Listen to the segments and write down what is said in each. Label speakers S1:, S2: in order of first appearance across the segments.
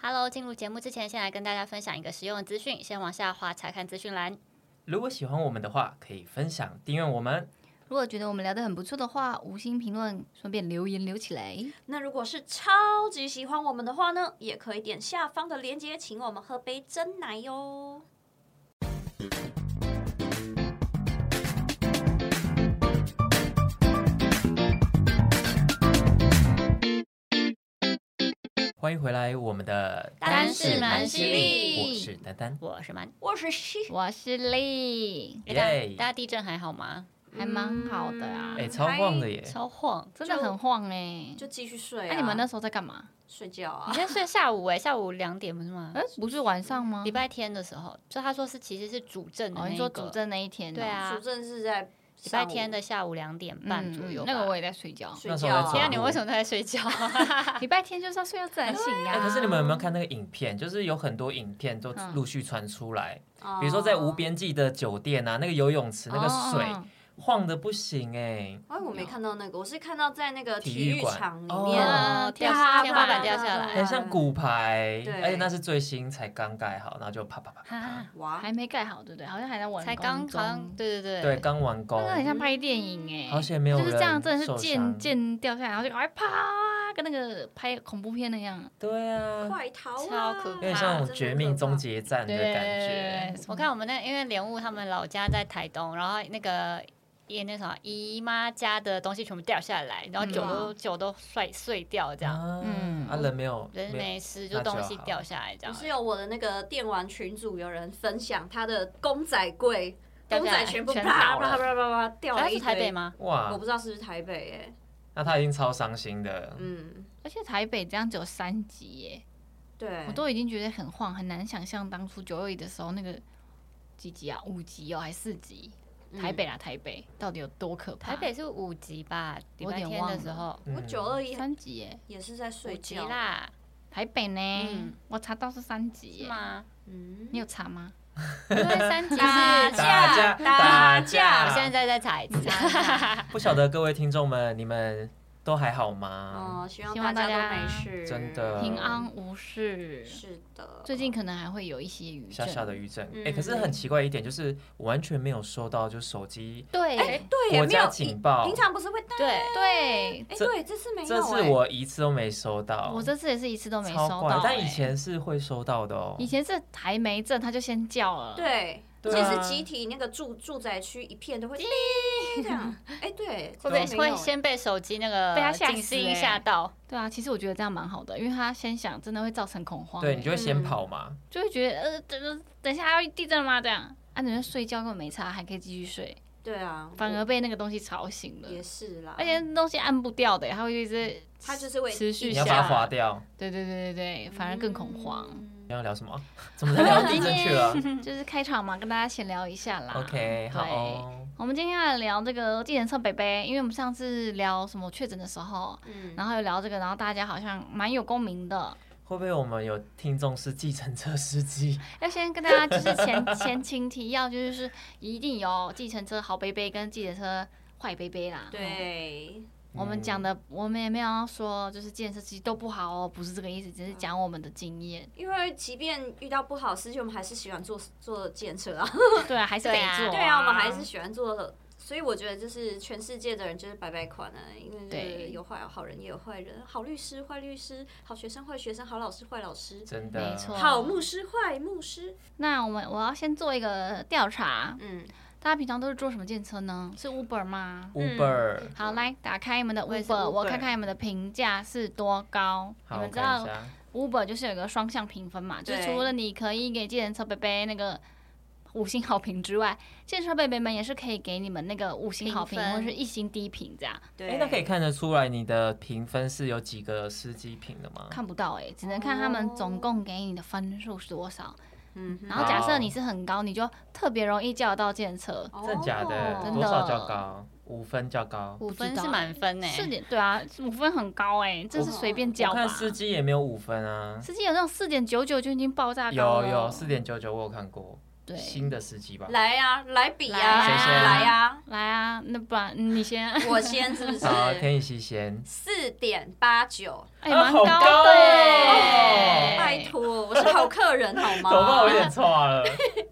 S1: Hello，进入节目之前，先来跟大家分享一个实用的资讯，先往下滑查看资讯栏。
S2: 如果喜欢我们的话，可以分享、订阅我们。
S3: 如果觉得我们聊得很不错的话，五星评论，顺便留言留起来。
S4: 那如果是超级喜欢我们的话呢，也可以点下方的链接，请我们喝杯真奶哟。
S2: 欢迎回来，我们的
S4: 丹氏蛮犀利
S2: 我是丹
S3: 嗯
S2: 丹。
S1: 我是蛮
S4: 我是西，
S3: 我是丽，
S1: 哎大
S2: 耶
S1: 大家地震还好吗？
S3: 还蛮好的啊，
S2: 哎，超棒的耶！
S1: 超晃，
S3: 真的很晃哎、
S4: 就继续睡、
S3: 那、
S4: 啊。
S3: 你们那时候在干嘛？
S4: 睡觉
S1: 你
S4: 啊？
S1: 现在睡下午哎、下午两点不是吗
S3: 哎、？不是晚上吗
S1: 礼？拜天的时候，就他说是其实是主震的
S3: 哦，
S1: 那
S3: 你
S1: 一
S3: 说
S1: 个
S3: 主政那一天、哦？
S1: 对啊
S4: 主正是在
S1: 礼
S4: 礼
S1: 拜天的下午两点
S3: 嗯，
S1: 半左右
S3: 嗯
S1: 吧、
S3: 那个我也在睡觉。
S4: 睡
S2: 那时
S4: 觉、
S2: 候在
S4: 啊。
S2: 走
S1: 天啊，
S2: 路
S1: 你为什么在睡觉？
S3: 礼拜天就是要睡到自然醒呀、
S2: 哎，可是你们有没有看那个影片？就是有很多影片都
S3: 嗯
S2: 陆续传出来，
S4: 哦
S2: 比如说在无。边际的酒店啊，那个游泳池那个水
S3: 哦
S2: 晃的不行哎。
S4: 哎，我没看到那个，我是看到在那个
S2: 体
S4: 体
S2: 育
S4: 育
S2: 馆
S4: 场里
S2: 哦
S4: 面。
S1: 啊
S3: 天
S1: 天
S3: 花
S1: 天花板
S3: 板
S1: 掉下
S4: 哎
S1: 来，
S2: 很像骨牌，
S4: 对
S2: 而且那是最新才刚盖好，然后就啪啪啪啪啪，
S1: 哈，
S4: 哇，
S3: 哦还没盖好，对不对？好像还在完
S1: 才刚
S3: 工中
S1: 好像对对
S2: 对，，刚完工
S3: 那，个很像拍电影哎、
S2: 好险没有
S3: 就是这样，真的
S2: 人
S3: 是
S2: 受
S3: 箭
S2: 伤
S3: 箭掉下来，然后就哎啪啊，跟那个拍恐怖片那样。
S2: 对啊，
S4: 快逃啊！
S1: 超可怕
S2: 有点像那种《绝命终
S4: 真的
S2: 结战》的感觉。
S1: 我看我们那因为莲雾他们老家在台东，然后那个。也那啥，姨妈家的东西全部掉下来，然后
S4: 嗯
S1: 酒都、酒都摔碎掉，这样、
S2: 啊
S3: 嗯
S2: 啊，人没有，
S1: 人
S2: 没有
S1: 没事，就
S2: 那就
S1: 东西
S2: 好
S1: 掉下来这
S4: 可怕。
S1: 样
S4: 我。是有我的那个电玩群组，有人分享他的公仔柜，
S1: 掉
S4: 公
S1: 下来
S4: 仔全部
S1: 全
S4: 啪
S1: 倒了
S4: 啪啪啪啪掉
S1: 他
S4: 了
S1: 是
S4: 一堆。
S1: 台北？吗？
S4: 我
S2: 哇
S4: 不，知道是不是台北哎、
S2: 那他已经超伤心的。
S4: 嗯，
S3: 而且台北这样只有三级耶，
S4: 对，
S3: 我都已经觉得很晃，很难想象当初九二一的时候那个几级啊，五级哦，还四级？
S4: 嗯
S3: 台北啦，台北到底有多可怕？
S1: 台
S2: 啊
S1: 北是五级吧？礼
S3: 我有
S1: 拜
S3: 点
S1: 天的
S3: 忘
S1: 时
S3: 了
S1: 候
S2: 嗯
S4: 我九二一
S3: 三级耶，
S4: 也是在
S1: 五
S4: 睡
S1: 级
S4: 觉，
S1: 啦，
S3: 台北呢，
S1: 嗯
S3: 我查到是三级
S1: 是
S3: 耶，
S1: 吗？
S4: 嗯，
S3: 你有查吗？
S1: 因为三级
S4: 打
S1: 是。
S2: 打架
S4: 架
S2: 打
S4: 打
S2: 架
S4: 架
S1: 我现在再 查一次，
S2: 不晓得各位听众们，你们都还好吗？
S4: 哦，希望
S3: 希望
S4: 大
S3: 大
S4: 家
S3: 家
S4: 都没事，
S2: 嗯真的
S3: 平安无事。
S4: 是的，
S3: 最近可能还会有一些余
S2: 小
S3: 震，
S2: 小的余震，哎，
S4: 嗯
S2: 可是很奇怪一点，就是我完全没有收到，就手机
S3: 对、
S4: 哎对也
S2: 国
S4: 没
S2: 家
S4: 有
S2: 警报
S4: 平，常不是会带，
S1: 对
S3: 哎对，
S4: 哎，
S2: 这
S4: 对，这次没有、
S2: 这次
S4: 哎
S2: 我一次都没收到，
S3: 我这次也是一次都没收
S2: 哦超
S3: 到、
S2: 怪
S3: 哎，
S2: 但以前是会收到的哦
S3: 以。前是还没震，他就先叫了，，
S4: 对，这
S2: 对啊
S4: 是集体那个住住宅区一片都会叮 这样，哎，对，
S1: 会
S4: 这
S1: 被
S4: 次没有
S1: 会
S4: 哎
S1: 先被手机那个
S3: 被他吓
S1: 警
S3: 死
S1: 示音
S3: 欸
S1: 吓到，
S3: 对啊，其实我觉得这样蛮好的，因为他先想，真的会造成恐慌、
S2: 对，
S3: 哎
S2: 你就会先
S4: 嗯
S2: 跑嘛。
S3: 就会觉得呃，等等等一下要地震了吗？这样啊，你就睡觉根本没差，还可以继续睡，
S4: 对啊，
S3: 反而被那个东西吵醒了
S4: 我，也是啦，
S3: 而且那东西按不掉的，它会一直
S4: 他就是会
S3: 持续
S2: 你
S3: 一
S2: 要
S3: 下
S2: 把它划掉。
S3: 对对对对对，反而更恐慌。
S4: 嗯
S2: 你要聊什么？怎么在聊地震去啊了
S3: 就是开场嘛，跟大家闲聊一下啦。
S2: ？OK，好
S3: 对。
S2: 哦。
S3: 我们今天要来聊这个计程车北北，因为我们上次聊什么确诊的时候，
S4: 嗯，
S3: 然后有聊这个，然后大家好像蛮有共鸣的。
S2: 会不会我们有听众是计程车司 机？
S3: 要先跟大家就是前前情提要，就是一定有计程车好北北跟计程车坏北北啦。哦。
S4: 对，
S3: 我们讲的，我们也没有要说，就是建设机都不好哦，不是这个意思，只是讲我们的经验。
S4: 因为即便遇到不好的事情，我们还是喜欢做做建设啊。
S3: 对啊，还是得
S1: 对啊
S3: 做、
S4: 对啊，我们还是喜欢做。所以我觉得，就是全世界的人就是百百款啊，因为就是
S3: 对
S4: 有坏好人也有坏人，好律师坏律师，好学生坏学生，好老师坏老师，
S2: 真的
S3: 没错
S4: 好牧师坏牧师。
S3: 那我们我要先做一个调查，
S4: 嗯，
S3: 大家平常都是坐什么电车呢？是 Uber 吗？
S2: Uber，、
S3: 好，来打开你们的
S1: 我也
S3: Uber，
S1: 是
S3: 我
S1: Uber
S3: 看看你们的评价是多高。
S2: 好，
S3: 你
S2: 我
S3: 们知
S2: 看一
S3: 道
S2: 下，
S3: Uber 就是有一个双向评分嘛，就是
S4: 对
S3: 除了你可以给计程车贝贝那个五星好评之外，计程车贝贝们也是可以给你们那个五星好评
S1: 评分
S3: 或是一星低评这样。
S2: 哎、
S4: 对，
S2: 那可以看得出来你的评分是有几个司机评的吗？
S3: 看不到哎、只能看他们总共给你的分数是多少。
S4: 嗯哼，
S3: 然后假
S2: 好
S3: 设你是很高，你就特别容易叫得到计程车。
S4: 哦
S2: 真的假的？
S3: 哦真的
S2: 多少较高？五分较高。
S3: 我
S1: 五
S3: 不知
S1: 分
S3: 道
S1: 是满分呢。
S3: 四点对啊，五分很高哎、这是随便叫
S2: 我
S3: 吧
S2: 看？司机也没有五分啊，
S3: 司机有那种四点九九就已经爆炸高
S2: 有
S3: 了，
S2: 有四点九九，我有看过，
S3: 对，
S2: 新的司机吧。
S4: 来呀、来比呀、
S3: 啊
S1: 来
S2: 谁先
S4: 来呀、
S3: 来啊，那不然嗯你先，
S4: 我先是不是？
S2: 好，天意 西先。
S4: 四点八九，
S3: 哎，蛮
S2: 啊好高
S3: 的耶
S2: 哦
S4: 拜托，我是好客人好吗？
S2: 头发有点差了，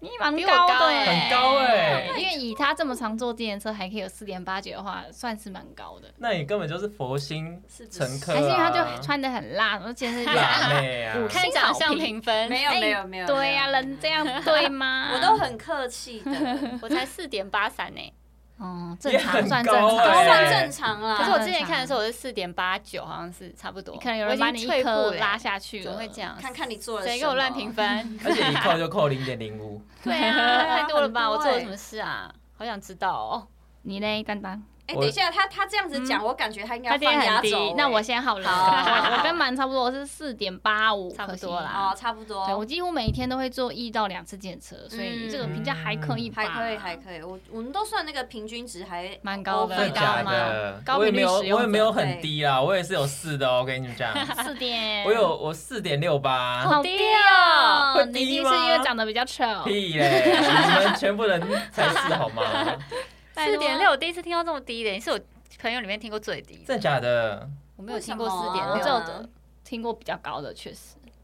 S3: 你蛮
S1: 比我
S3: 高
S1: 高
S3: 的
S1: 欸
S3: 欸
S2: 很高哎、
S3: 因为以他这么常坐自行车，还可以有四点八九的话，算是蛮高的。
S2: 那你根本就是佛心
S4: 是不是
S2: 乘客、啊，
S3: 还是因为他就穿的很辣，然后 健身
S2: 辣妹啊，
S3: 五星
S1: 看长相
S3: 好评
S1: 评分，哎
S4: 没有没有没有，
S3: 哎对啊呀、
S4: 没有
S3: 人这 样对吗？
S4: 我都很客 气的，
S1: 我才四点八三呢。
S3: 哦，正
S2: 也
S3: 常
S2: 很
S3: 算正
S2: 高
S4: 都
S2: 欸
S3: 常。
S4: 算正常啦。
S1: 可是我之前看的时候，我是四点八九，好像是差不多。
S3: 可能有
S1: 我
S3: 人
S1: 已
S3: 把
S1: 经
S3: 你一
S1: 退步
S3: 颗
S1: 了欸
S3: 拉下去
S1: 怎
S3: 了，
S1: 么会这？样？
S4: 看看你做了什么，
S1: 谁给我乱评分？
S2: 啊而且一扣就扣零点零五，
S1: 对啊，太多了
S4: 很
S1: 吧？
S4: 多
S1: 我做了
S4: 欸
S1: 什么事啊？好想知道哦。
S3: 你嘞，丹丹，
S4: 哎、
S2: 我
S4: 等一下，他他这样子讲，我感觉他应
S3: 嗯
S4: 该
S3: 他
S4: 要
S3: 今
S4: 放
S3: 天
S4: 压
S3: 很低
S4: 轴、哎，
S3: 那我先好了，
S4: 好好 好
S3: 我我跟蛮差不多，我是四点八五，
S1: 差不
S3: 可惜
S1: 多啦
S4: 哦，差不多，
S3: 啊对我几乎每一天都会坐一到两次检测，所
S1: 嗯
S3: 以这个评价还可以吧？
S4: 还可以，还可以，我我们都算那个平均值还
S3: 啊蛮高的
S2: 真
S4: OK
S2: 的假
S3: 高吗
S2: 的？
S3: 高
S2: 我也
S3: 频率
S2: 没有，
S3: 使用
S2: 我也没有
S4: 者
S2: 很低啦，我也是有四的哦。我跟你们 讲，
S3: 四点，
S2: 我有我四点六八，
S3: 好低哦，
S2: 会
S3: 你
S2: 低
S3: 一定是
S2: 吗
S3: 因为长得比较丑。
S2: 屁嘞！你们全部人才是好吗？
S3: 拜
S1: 四
S3: 托
S1: 点六，我第一次听到这么低的，你是我朋友里面听过最低的，
S2: 真的假的？
S1: 我没有
S4: 为什
S1: 听过
S4: 么
S1: 四点
S4: 啊
S3: 我
S1: 六
S3: 只
S4: 这
S3: 有
S1: 的。
S3: 听过比较高的，确实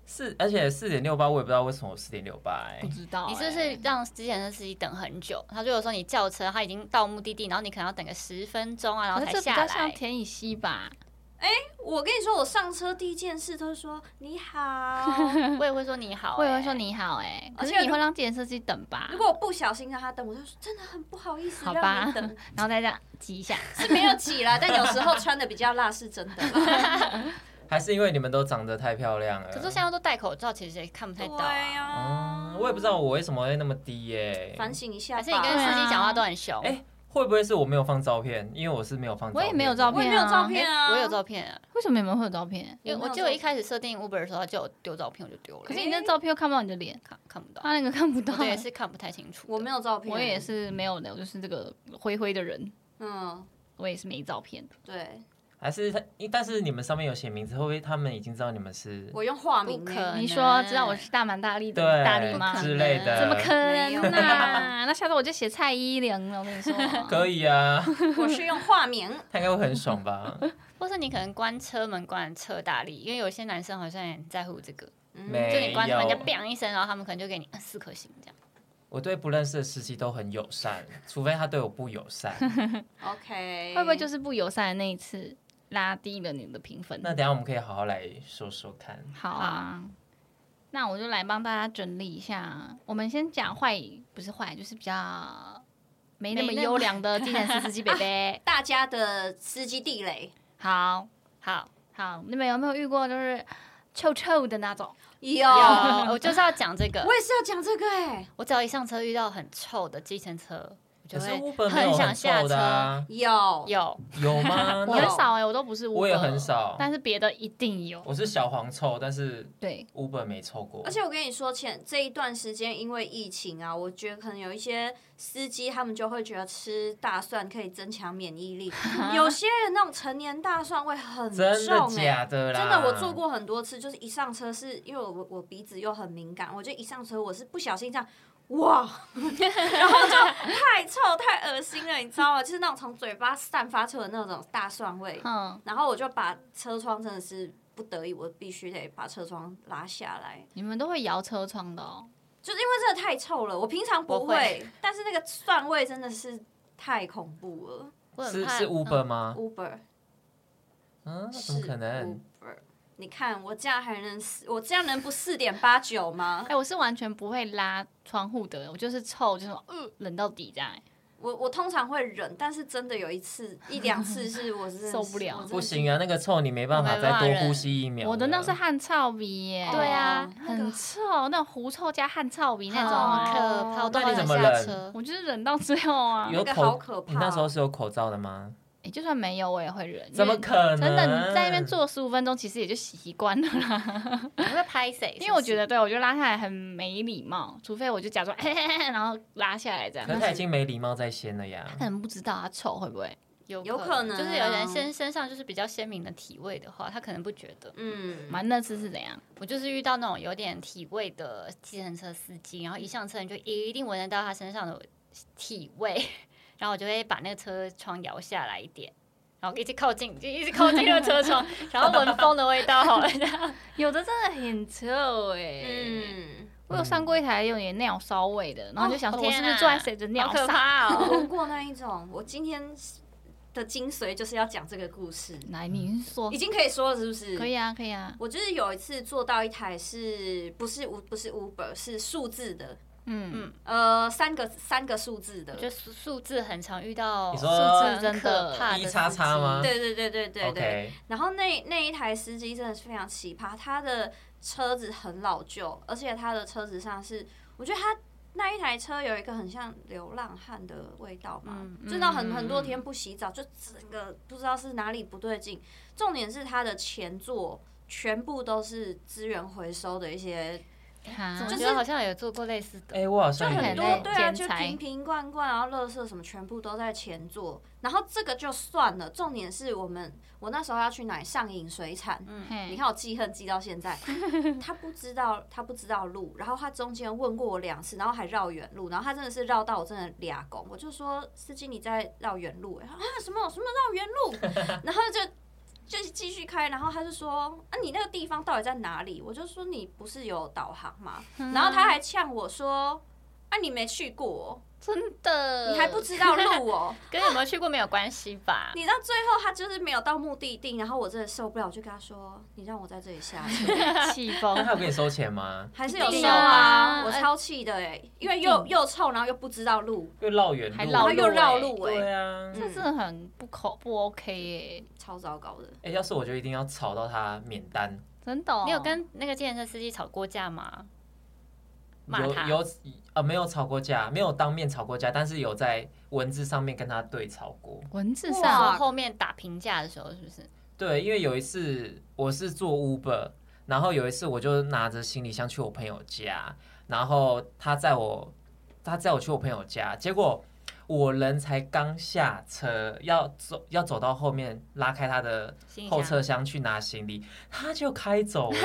S2: 四，而且四点六八，我也不知道为什么我四点六八。
S3: 不知道欸。
S1: 你是不是让之前的司机等很久？他就有说你叫车，他已经到目的地，然后你可能要等个十分钟啊，然
S3: 可
S1: 后
S3: 是
S1: 才
S3: 这比
S1: 下
S3: 较像
S1: 来。
S3: 田以希吧？
S4: 我跟你说，我上车第一件事都是说你好。
S1: 我也会说你好、
S3: 我也会说
S1: 欸
S3: 你好哦哎，可
S4: 而且
S3: 是你
S4: 如
S3: 会让健身司机等吧
S4: 如？果我不小心让他等，我就说真的很不好意思
S3: 好
S4: 让
S3: 吧
S4: 你等，，
S3: 然后再这样挤一下。
S4: 是没有挤啦，但有时候穿的比较辣是真的啦。
S2: 还是因为你们都长得太漂亮了。
S1: 可是现在都戴口罩，其实也看不太到、
S4: 对
S1: 啊。
S4: 呀、
S2: 嗯，我也不知道我为什么会那么低耶。
S4: 反省一下吧。
S1: 还是你跟
S3: 对
S1: 司
S3: 啊
S1: 机讲话都很凶。
S2: 哎会不会是我没有放照片？因为我是没有放照片的。
S3: 我也没有照
S4: 我
S3: 片
S4: 也没有照片啊，
S1: 我有照片啊，
S3: 为什么你们会有照片？
S1: 因为
S4: 我没
S1: 我
S4: 有
S1: 记
S4: 照
S1: 得我一开始设定 Uber 的时候，他就有丢照片，我就丢了
S3: 可，是你那照片又看不到你的脸，啊
S1: 看看不到。
S3: 他那个看不到
S1: 我。也是看不太清楚的。
S4: 我没有照片，
S3: 我也，是没有的，我就是这个灰灰的人，
S4: 嗯，
S3: 我也是没照片。
S4: 对，
S2: 还是他，但是你们上面有写名字，会不会他们已经知道你们是
S4: 我用化名
S1: 不可
S4: 欸
S1: 能
S3: 你说知道我是大蛮大力的
S2: 对
S3: 大力吗？
S1: 不可
S2: 之
S1: 能
S2: 类的？
S3: 怎么可
S4: 没有
S3: 能啊？ 那下次我就写蔡依林了，我跟你说。
S2: 可以啊？
S4: 我是用化名，
S2: 他应该会很爽吧？
S1: 或是你可能关车门关的特大力，因为有些男生好像也很在乎这个，
S4: 嗯
S2: 没
S1: 就你关车门，
S2: 有
S1: 人家 “bang” 一声，然后他们可能就给你呃四颗星这样。
S2: 我对不认识的司机都很友善，除非他对我不友 善。
S4: OK，。
S3: 会不会就是是不友善的那一次拉低了你的评分？
S2: 那等一下我们可以好好来说说看。
S3: 好啊，那我就来帮大家整理一下。我们先讲坏，不是坏，就是比较没那么
S1: 没那么
S3: 优良 的计程车司机北北
S4: 大家的司机地雷？
S3: 好
S1: 好，
S3: 好，你们有没有遇过就是臭臭的那种？
S4: 有，
S1: 有，我就是要讲这个
S4: 哦我。也是要讲这个哎、
S1: 我只要一上车遇到很臭的计程车，我就
S2: 可
S1: 是会
S2: Uber 没
S1: 很
S2: 有
S1: 想
S2: 很
S1: 下
S2: 臭
S1: 车。
S2: 的啊，
S4: 有
S1: 有，
S2: 有 吗？
S3: 我
S2: 那
S3: 很少哎、我都不是 Uber，
S2: 哦我也很少
S3: 但是别的一定有。
S2: 我是小黄臭，但是
S3: 对，
S2: Uber 没臭过。
S4: 而且我跟你说，前这一段时间因为疫情啊，我觉得可能有一些司机他们就会觉得吃大蒜可以增强免疫 力，有些人那种成年大蒜味很重、欸，
S2: 真的假的啦？
S4: 真的，我做。过很多次，就是一上车是因为我我我鼻子又很敏感，我就一上车我是不小心这样，哇， 然后就太臭太恶心了，你知道吗？就是那种从嘴巴散发出的那种大蒜味，
S3: 嗯，
S4: 然后我就把车窗真的是不得已，我必须得把车窗拉下来，
S3: 你们都会摇车窗的哦。
S4: 就是因为真的太臭了。我平常不
S1: 我会
S4: 会，但是那个蒜味真的是太恐怖了。
S1: 我很
S2: 是
S1: 怕
S2: 是 Uber
S1: 嗯
S2: 吗？
S4: Uber
S2: 嗯，
S4: 是
S2: 怎么可能？
S4: Uber，你看我这样还能四，我这样能不四点八九吗
S3: 哎、？我是完全不会拉窗户的，我就是臭，就是嗯，冷到底这样、欸。
S4: 我我通常会忍，但是真的有一次一两次是我真的是
S3: 受不了
S4: 我真的是
S2: 不行啊，那个臭你没办
S1: 我
S2: 法
S1: 没
S2: 再
S1: 办法
S2: 多呼
S1: 忍
S2: 吸一秒啊了。
S3: 我的那是汗臭鼻耶、
S1: 对啊
S2: 哦
S4: 哎那个
S3: 哦很臭，那种狐臭加汗臭鼻那种、
S1: 好
S3: 啊。
S1: 可怕，我都
S2: 那
S1: 好想
S2: 你怎么
S1: 下
S2: 忍
S1: 车。
S3: 我就是忍到最后啊，
S2: 有
S4: 那个
S2: 口
S4: 好可怕
S2: 你那时候是有口罩的吗？
S3: 欸就算没有我也会忍。
S2: 怎么
S3: 因为
S2: 可能？
S3: 真的，你在那边坐十五分钟，其实也就习惯了啦。
S1: 你会拍谁？
S3: 因为我觉
S1: 得
S3: 得，对我觉得拉下来很没礼貌，除非我就假装， 然后拉下来这样
S2: 可。是他已经没礼貌在先了呀
S3: 他。可能不知道他臭会不会？
S1: 有
S4: 有可
S1: 可
S4: 能
S1: 就是有
S4: 啊
S1: 人身身上就是比较鲜明的体味的话，他可能不觉得。
S4: 嗯，
S3: 蛮那次是怎样？
S1: 我就是遇到那种有点体味的计程车司机，然后一上车你就一定闻得到他身上的体味，然后我就会把那个车窗摇下来一点，然后一直靠近，就一直靠近热车窗，然后闻风的味 道好了。
S3: 有的真的很臭哎、
S4: 嗯，
S3: 我有上过一台有点尿骚味的，然后就想说，
S1: 哦
S3: 我是不
S1: 天啊
S3: 是坐在谁的尿
S1: 好可
S3: 上？
S1: 怕哦！
S4: 闻过那一种，我今天的精髓就是要讲这个故事，
S3: 来，您说
S4: 已经可以说了是不是？
S3: 可以啊，可以啊，
S4: 我就是有一次坐到一台是不是无不是 Uber 是数字的，
S3: 嗯，
S4: 呃，三个三个数字的，
S1: 就数数字很常遇到，
S2: 你
S1: 数
S2: 说
S1: 字
S3: 真
S1: 很
S3: 的
S1: 可怕
S2: 一
S1: 的
S2: 叉
S1: 司
S2: 叉
S1: 机
S2: 吗
S4: 对对对对对对。
S2: OK，
S4: 然后那那一台司机真的是非常奇葩，他的车子很老旧，而且他的车子上是，我觉得他那一台车有一个很像流浪汉的味道嘛，
S3: 嗯
S4: 就那种很很多天不洗澡，就整个不知道是哪里不对劲。重点是他的前座全部都是资源回收的一些，
S3: 哈
S1: 我
S4: 就
S1: 觉
S4: 是
S1: 得好像有做过类似的，
S2: 哎，我好
S4: 就
S2: 像
S4: 很
S2: 也
S4: 多
S3: 累
S4: 对啊，就
S3: 剪裁
S4: 瓶瓶罐罐，然后垃圾什么全部都在前座。然后这个就算了，重点是我们我那时候要去买上影水产，你
S3: 嘿，
S4: 看我记恨记到现在，他不知道他不知道路，然后他中间问过我两次，然后还绕远路，然后他真的是绕到我真的俩拱，我就说司机你在绕远路、欸，他说啊什么什么绕远路，然后就就继续开，然后他就说啊你那个地方到底在哪里？我就说你不是有导航吗？然后他还呛我说啊你没去过哦、
S3: 真的，
S4: 你还不知道路哦、
S1: 跟有没有去过没有关系吧？
S4: 你到最后他就是没有到目的地，然后我真的受不了，我就跟他说你让我在这里下车。
S3: 气
S2: 那
S3: 疯
S2: 他有给你收钱 吗？
S4: 还是有
S1: 一
S4: 收
S1: 定
S4: 啊，
S3: 啊
S4: 我超气的哎、因为又又臭，然后又不知道路，
S2: 又绕远
S3: 还
S2: 路，
S4: 然
S3: 绕
S4: 后
S3: 路
S4: 又绕路哎、
S2: 对啊。
S4: 嗯
S3: 这真的很不口不 OK 耶、
S4: 超糟糕的。
S2: 哎，要是我就一定要吵到他免单，
S3: 真的哦、
S1: 你有跟那个计程车司机吵过架吗？骂
S2: 有
S1: 他
S2: 有啊，没有吵过架，没有当面吵过架，但是有在文字上面跟他对吵过。
S3: 文字
S1: 是啊，
S3: 上
S1: 后面打评价的时候是不是？
S2: 对，因为有一次我是做 Uber，然后有一次我就拿着行李箱去我朋友家，然后他载我，他载我去我朋友家，结果我人才刚下车，要走要走到后面拉开他的
S1: 心里
S2: 后
S1: 想，
S2: 车厢去拿行李，他就开走了。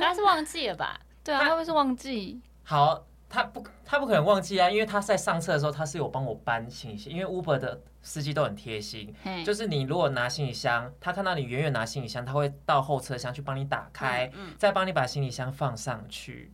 S1: 他是忘记了吧？
S3: 对啊，
S2: 那
S3: 会不会是忘记？
S2: 好，他不他不可能忘记啊，因为他在上车的时候他是有帮我搬行李箱，因为 Uber 的司机都很贴心，
S3: 嘿，
S2: 就是你如果拿行李箱，他看到你远远拿行李箱，他会到后车厢去帮你打开，再帮你把行李箱放上去。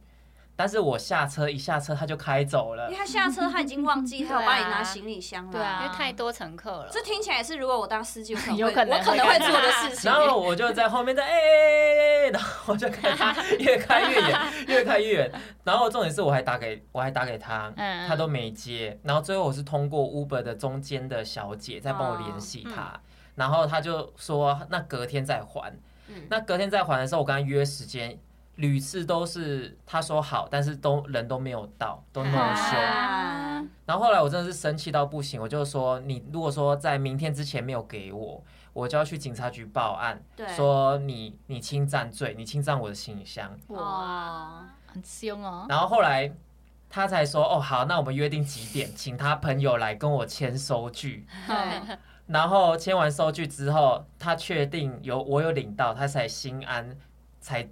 S2: 但是我下车一下车他就开走
S4: 因
S2: 了
S4: 为，他下车，他已经忘记他有
S1: 对啊
S4: 帮你拿行李箱了。
S3: 对啊
S1: 因为太多乘客了。
S4: 这听起来是如果我当司机，我可能会
S3: 有可能
S4: 我可能会做 的事情
S2: 然。后我就在后面在哎哎哎，哎然后我就看他越开越远，越开越远。然后重点是我还打给我还打给他，
S3: 嗯
S2: 他都没接。然后最后我是通过 Uber 的中间的小姐在帮我联系他，然后他就说那隔天再还。
S4: 嗯
S2: 那隔天再还的时候，我跟他约时间，屡次都是他说好，但是都人都没有到，都
S3: 嗯
S2: 没有
S1: 啊
S2: 修。
S4: 啊
S2: 然后后来我真的是生气到不行，我就说你如果说在明天之前没有给我，我就要去警察局报案，
S4: 对
S2: 说你你侵占罪，你侵占我的行李箱。
S4: 哦，
S3: 很凶哦。
S2: 然后后来他才说哦好，那我们约定几点，请他朋友来跟我签收据。
S3: 嗯
S2: 然后签完收据之后，他确定有我有领到，他才心安，才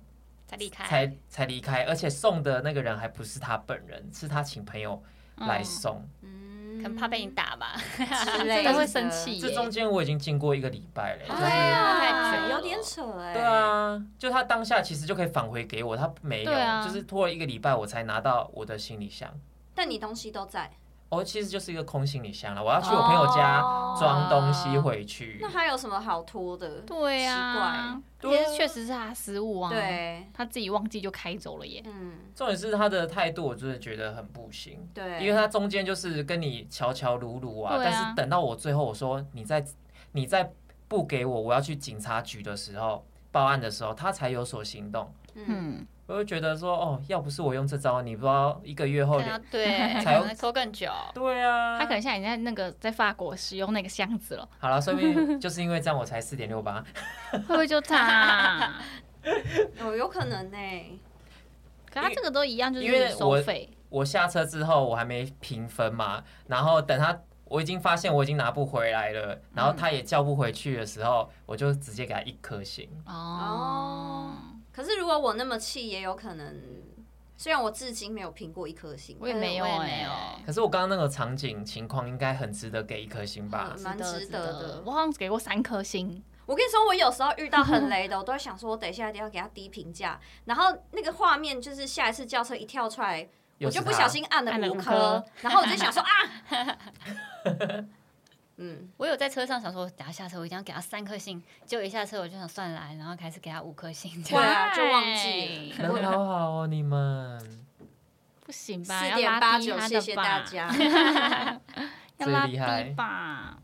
S1: 才离开，
S2: 才才离开，而且送的那个人还不是他本人，是他请朋友来送。
S4: 嗯
S1: 可能怕被你打吧。
S4: 之类
S3: 真
S4: 的
S3: 的会生气
S2: 这
S3: 耶，
S2: 中间我已经经过一个礼拜了，就
S1: 哎
S2: 是。
S1: 呀
S4: 啊
S1: 太久了
S4: 有点扯哎。
S2: 对，啊，就他当下其实就可以返回给我，他没有，
S3: 对啊
S2: 就是拖了一个礼拜我才拿到我的行李箱。
S4: 但你东西都在，
S2: 哦，其实就是一个空行李箱了，我要去我朋友家
S4: 哦
S2: 装东西回去。
S4: 那还有什么好拖的？
S3: 对啊，
S2: 奇怪
S3: 也是确实是他失误啊，，
S4: 对，
S3: 他自己忘记就开走了耶。
S4: 嗯，
S2: 重点是他的态度，我真的觉得很不行。
S4: 对，
S2: 因为他中间就是跟你乔乔鲁鲁啊，
S3: 对啊
S2: 但是等到我最后我说你再你再不给我，我要去警察局的时候报案的时候，他才有所行动。
S4: 嗯，
S3: 嗯，
S2: 我就觉得说，哦，要不是我用这招，你不知道一个月后
S1: 可能要
S2: 连
S1: 对， 可
S2: 哦才
S1: 能拖更久。
S2: 对啊，
S3: 他可能现在已经在那个在法国使用那个箱 子了，
S2: 好了，说不定就是因为这样我才四点六八。
S3: 会不会 就他？
S4: 有有可能欸呢、
S3: 可他这个都一样，就
S2: 因为
S3: 是
S2: 我
S3: 收费。
S2: 我下车之后我还没评分嘛，然后等他。我已经发现我已经拿不回来了，然后他也叫不回去的时候，我就直接给他一颗星。
S3: 哦，
S4: 可是如果我那么气，也有可能虽然我至今没有评过一颗星，
S3: 我也没有
S1: 我也
S3: 哎、
S1: 没有
S2: 可是我刚刚那个场景情况，应该很值得给一颗星吧
S4: 嗯？蛮值得的
S3: 我好像只给过三颗星，
S4: 我跟你说，我有时候遇到很雷的，我都会想说，我等一下一定要给他低评价。然后那个画面就是下一次轿车一跳出来，
S2: 又
S4: 我
S2: 是
S4: 就不
S2: 他
S4: 小心按
S1: 按
S4: 了
S1: 了
S4: 五
S1: 五
S4: 颗
S1: 颗，
S4: 然后我就 想说啊，嗯，
S1: 我有在车上想说，等下下车我一定要给他三颗星，结果一下车我就想算来，然后开始给他五颗星。
S4: 对啊就忘记
S2: 能好好哦，你们
S3: 不行吧？
S4: 四
S3: 啊要
S4: 点
S3: 拉
S4: 八
S3: 低
S4: 九，
S3: 他的
S4: 谢谢大
S3: 吧，
S4: 家。
S3: 要
S2: 最
S3: 拉
S2: 厉害
S3: 低吧。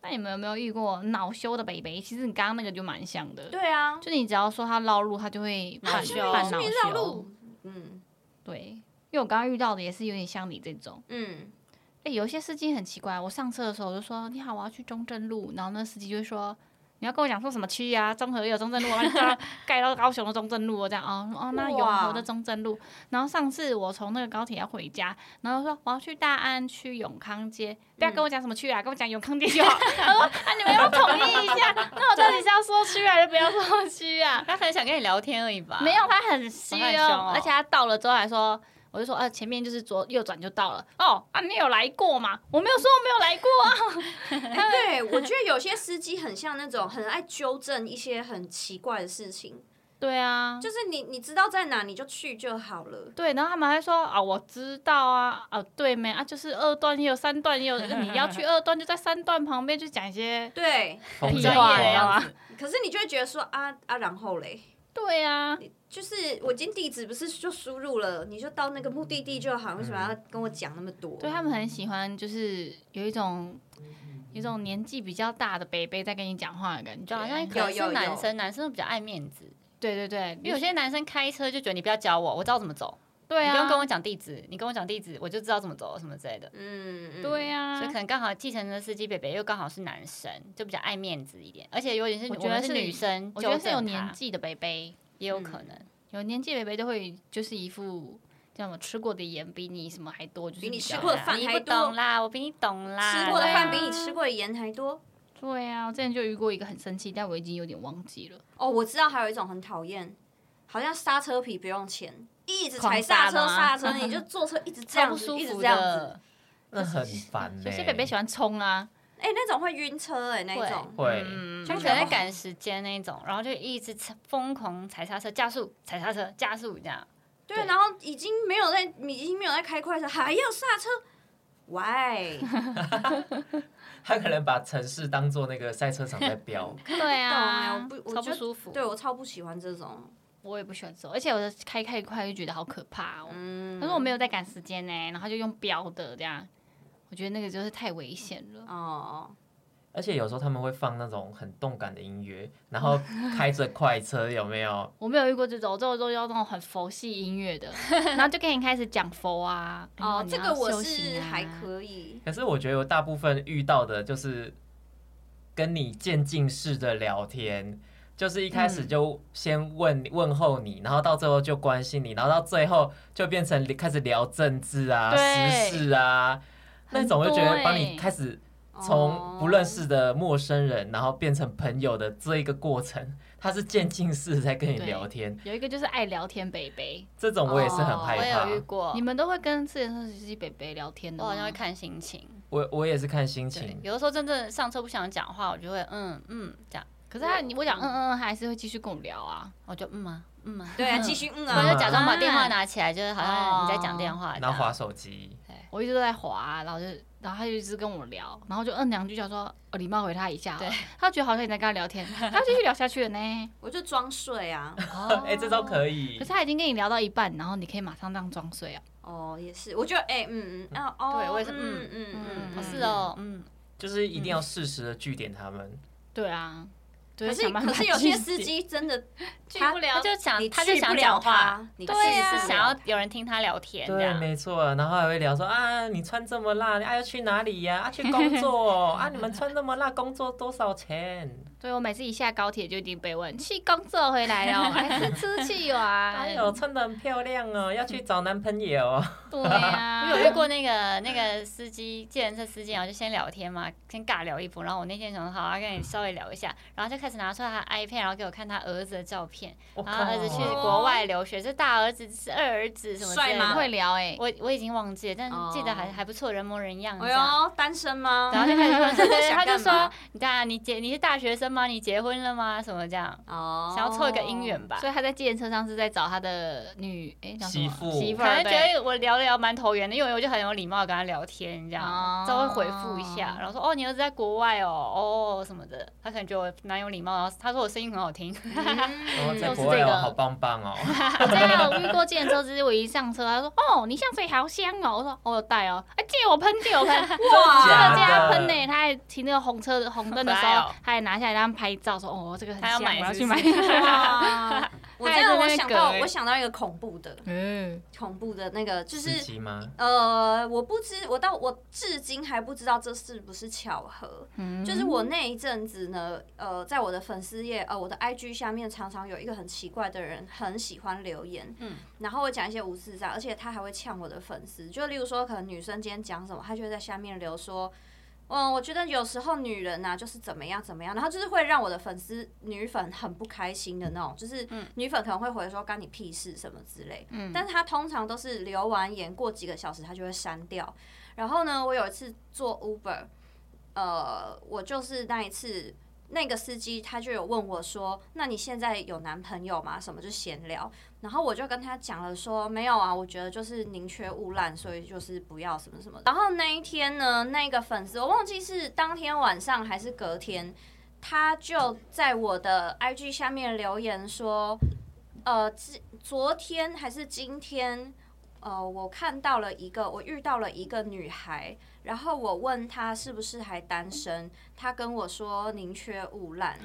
S3: 那你们有没有遇过恼羞的北北？其实你刚刚那个就蛮像的，
S4: 对啊，
S3: 就你只要说他绕路， 他就会
S1: 恼
S3: 半
S1: 羞
S3: 半恼
S4: 顺
S3: 羞
S4: 便绕。路，嗯
S3: 对，因为我刚刚遇到的也是有点像你这种。
S4: 嗯，
S3: 哎、有一些司机很奇怪，我上车的时候我就说：“你好，我要去中正路。”然后那司机就会说：“你要跟我讲说什么区啊？中和也有中正路，然后 盖到盖到高雄的中正路哦，这样哦哦，那永和的中正路。”然后上次我从那个高铁要回家，然后说我要去大安区永康街，不要跟我
S1: 嗯
S3: 讲什么区啊，跟我讲永康街就好。 他说：“啊，你们要统一一下，那我到底是要说区啊，还是不要说区啊？”
S1: 他可能想跟你聊天而已吧？
S3: 没有，他很虚
S1: 啊他很凶
S3: 哦
S1: 哦，
S3: 而且他到了之后还说，我就说，呃，前面就是左右转就到了。哦，啊，你有来过吗？我没有说我没有来 过啊。
S4: 哎，对，我觉得有些司机很像那种很爱纠正一些很奇怪的事情，
S3: 对啊，就
S4: 就是你你知道在哪你就去就好了。
S3: 对，然后他们还说啊，我知道啊，啊，对没啊，就是二段也有三段也有，你要去二段就在三段旁边，就讲一些
S4: 对，
S2: 疯
S3: 屁
S2: 讲
S3: 话
S1: 的
S2: 话
S1: 呀
S3: 啊。
S4: 可是你就会觉得说啊啊，然后嘞，
S3: 对啊，
S4: 就是我今天地址不是就输入了，你就到那个目的地就好，为什么要跟我讲那么多？
S3: 对他们很喜欢，就是有一种。有一种年纪比较大的北北在跟你讲话的感觉，
S1: 就好像可能
S4: 有有
S1: 是男
S4: 有
S1: 生，男生都比较爱面子，
S3: 对对对，
S1: 因为有些男生开车就觉得你不要教我，我知道怎么走，
S3: 嗯对
S1: 你
S3: 啊，
S1: 不用跟我讲地址，你跟我讲地址，我就知道怎么走什么之类的。
S4: 嗯，嗯
S3: 对啊，
S1: 所以可能刚好计程车司机北北又刚好是男生，就比较爱面子一点，而且有点是
S3: 我觉
S1: 我们
S3: 得
S1: 是
S3: 是
S1: 女生，
S3: 我觉得是有
S1: 纠正他
S3: 年纪嗯的北北，
S1: 也有可能。
S3: 有年纪的北北都会就是一副叫什么吃过的盐比你什么还多，就是
S4: 比你
S3: 比
S4: 吃
S3: 较
S4: 过的
S3: 大
S4: 饭
S1: 你
S4: 还
S1: 不
S4: 多
S1: 懂啦，我比你懂啦。
S4: 嗯吃过的
S1: 对
S4: 饭
S1: 啊
S4: 比你吃过的盐还多。
S3: 对啊，我之前就遇过一个很生气，但我已经有点忘记了。
S4: 哦，我知道还有一种很讨厌，好像刹车皮不用钱，一直踩
S3: 狂
S4: 刹
S3: 刹
S4: 车
S3: 的
S4: 刹
S3: 吗
S4: 车，你就坐车一直这
S1: 超
S4: 样
S1: 不
S4: 子，
S1: 舒
S4: 一直
S1: 服
S4: 这样子
S1: 的。。
S2: 那很烦欸呢。
S3: 有些北北喜欢 冲啊，
S4: 哎、那种会晕车哎、那
S1: 会
S4: 种。
S2: 会，
S3: 嗯
S1: 他们可能在赶时间那一种，然后就一直踩疯狂踩刹车、加速、踩刹车、加速这样。
S4: 对，
S1: 对
S4: 然后已经没有在，已经没有在开快车，还要刹车，why？
S2: 他可能把城市当做那个赛车场在飙。
S3: 对
S4: 懂哎，我
S3: 啊，
S4: 不，我
S1: 超
S4: 就
S1: 不舒服
S4: 对我超不喜欢这种。
S3: 我也不喜欢这种，而且我的开太快就觉得好可怕哦。
S4: 嗯，
S3: 可是我没有在赶时间呢，然后就用标的这样，我觉得那个就是太危险了。
S4: 哦，
S2: 而且有时候他们会放那种很动感的音乐，然后开着快车，有没有？
S3: 我没有遇过这种，我这种都要那种很佛系音乐 的，然后就跟你开始讲佛啊。
S1: 哎
S4: 哦，这个我是
S1: 啊
S4: 还
S3: 以。
S4: 可以。
S2: 可是我觉得我大部分遇到的就是跟你渐进式的聊天，就是一开始就先问、问候你，然后到最后就关心你，然后到最后就变成开始聊政治啊、
S3: 对
S2: 时事啊那种，我就觉
S3: 很
S2: 得
S3: 多
S2: 帮你
S3: 欸
S2: 开始
S4: 哦
S2: 从不认识的陌生人，然后变成朋友的这一个过程，他是渐进式在跟你
S3: 对
S2: 聊天，
S3: 有一个就是爱聊天北北，
S2: 这种我也是很
S4: 哦哦
S1: 我
S2: 害
S1: 也
S2: 怕。
S1: 有遇过
S3: 你，们都会跟自行车司机北北聊天的
S1: 我
S3: 吗？
S1: 好像会看心情。
S2: 我我也是看心
S1: 对
S2: 情，，
S1: 有的时候真正上车不想讲话，我就会嗯嗯这样，
S3: 可是他我讲嗯嗯嗯，他还是会继续跟我聊啊。
S1: 我就嗯啊嗯啊，
S4: 对啊，
S1: 嗯
S4: 继续嗯哦
S1: 我
S4: 啊
S2: 嗯，
S1: 就假装把电话拿起来，就是好像你在讲电话这
S2: 然后
S1: 样。
S2: 划手机。
S3: 我一直都在滑、然后就然后他就一直跟我聊，然后就嗯两句，就说哦礼貌回他一下好了，
S1: 对
S3: 他觉得好像你在跟他聊 天，他继续聊下去了呢。
S4: 我就装睡啊。
S1: 哦
S2: 哎、这招可以。
S3: 可是他已经跟你聊到一半，然后你可以马上这样装睡啊。
S4: 哦，也是，我觉得哎，嗯嗯，啊哦，
S1: 对我也是
S4: 嗯
S1: 嗯
S4: 嗯
S3: 嗯
S4: 嗯，
S1: 哦是哦，嗯，
S2: 就是一定要适时的据点他们。
S3: 对啊，对
S4: 可是
S3: 想办法
S4: 可是有些
S3: 拒
S4: 司
S3: 绝
S4: 机真的
S3: 拒
S4: 他
S3: 不
S1: 他
S3: 了，
S1: 就想
S4: 你
S1: 他就
S4: 去不
S1: 想
S4: 了啊
S1: 讲话，
S4: 他，你
S1: 对
S4: 去
S1: 呀，
S4: 不
S1: 是
S4: 了
S1: 想要有人听他聊天这
S2: 对，
S1: 样。
S2: 没错。然后还会聊说啊，你穿这哎么辣，你啊要去哪里呀、啊？去工作哦啊，你们穿那么辣，工作多少钱？
S3: 对我每次一下高铁就一定被问去工作回来 了，还是出去
S2: 哎
S3: 玩？
S2: 呦，穿的很漂亮哦，要去找男朋友。哦
S3: 对啊 呀、
S1: 我有遇过那个那个司机，计程车司机，然后就先聊天嘛，先尬聊一波。然后我那天想说好啊，跟你稍微聊一下，然后就开始拿出他的 iPad，然后给我看他儿子的照片，
S2: 我
S1: 然后儿子啊去
S2: 靠哦
S1: 国外留学，这大儿子是二儿子什么之类
S4: 哦帅吗
S1: 的。
S3: 很会聊 哎、
S1: 我我已经忘记了，但记得还
S4: 哦
S1: 还不错，人模人样这
S4: 哎
S1: 样。
S4: 呦，单身吗？
S1: 然后就开始 问，对对对，
S4: 想
S1: 他就
S4: 干嘛
S1: 说：“你当然，你结你是大学生吗？你结婚了吗？什么这样？
S4: 哦，
S1: 想要凑一个姻缘吧。”
S3: 所以他在计程车上是在找他的女哎、叫什么
S2: 媳 妇
S3: 媳妇
S1: 可能
S3: 儿
S1: 觉
S3: 对。
S1: 得我聊得聊蛮投缘的，因为我就很有礼貌跟他聊天，这样
S3: 哦
S1: 稍微回复一下，然后说哦你儿子在国外哦哦什么的，他可能觉得我蛮有礼貌，然后他说我声音很好听，
S4: 嗯
S2: 哦，在
S3: 都是
S2: 国外
S3: 这
S2: 哦，
S3: 个
S2: 好棒棒哦。
S3: 啊我真的有遇过计程车司机，我一上车他说哦你香水好香哦，我说我有带哦，哎、借我喷借我喷，
S2: 真
S3: 真
S2: 假
S3: 的
S2: 的
S3: 这样喷呢、他还停那个红车的红灯的时
S1: 好可爱
S3: 候
S1: 哦，
S3: 他还拿下来让他们拍照说哦这个很
S1: 他要
S3: 香，
S1: 买
S3: 我要
S1: 是
S3: 去
S1: 不
S3: 买
S1: 是。
S4: 哇！ 我这样我想到
S3: 太那个欸
S4: 我想到一个恐怖的，
S3: 嗯，
S4: 恐怖的那个就
S2: 司
S4: 是
S2: 机吗？
S4: 呃，我不知我到我至今还不知道这是不是巧合。就是我那一阵子呢，呃，在我的粉丝页呃我的 IG 下面常常有一个很奇怪的人很喜欢留言，嗯，然后我讲一些无私在，而且他还会呛我的粉丝，就例如说可能女生今天讲什么，他就会在下面留说。嗯，我觉得有时候女人呐、啊就是怎么样怎么样，然后就是会让我的粉丝女粉很不开心的那种，就是女粉可能会回说干你屁事什么之类，嗯，但是她通常都是留完言过几个小时她就会删掉。然后呢，我有一次做 Uber，呃，我就是那一次。那个司机他就有问我说：“那你现在有男朋友吗？”什么就闲聊，然后我就跟他讲了说：“没有啊，我觉得就是宁缺毋滥，所以就是不要什么什么。”然后那一天呢，那个粉丝我忘记是当天晚上还是隔天，他就在我的 IG 下面留言说：“呃，昨昨天还是今天，呃，我看到了一个，我遇到了一个女孩，然后我问她是不是还单身，她跟我说宁缺毋滥，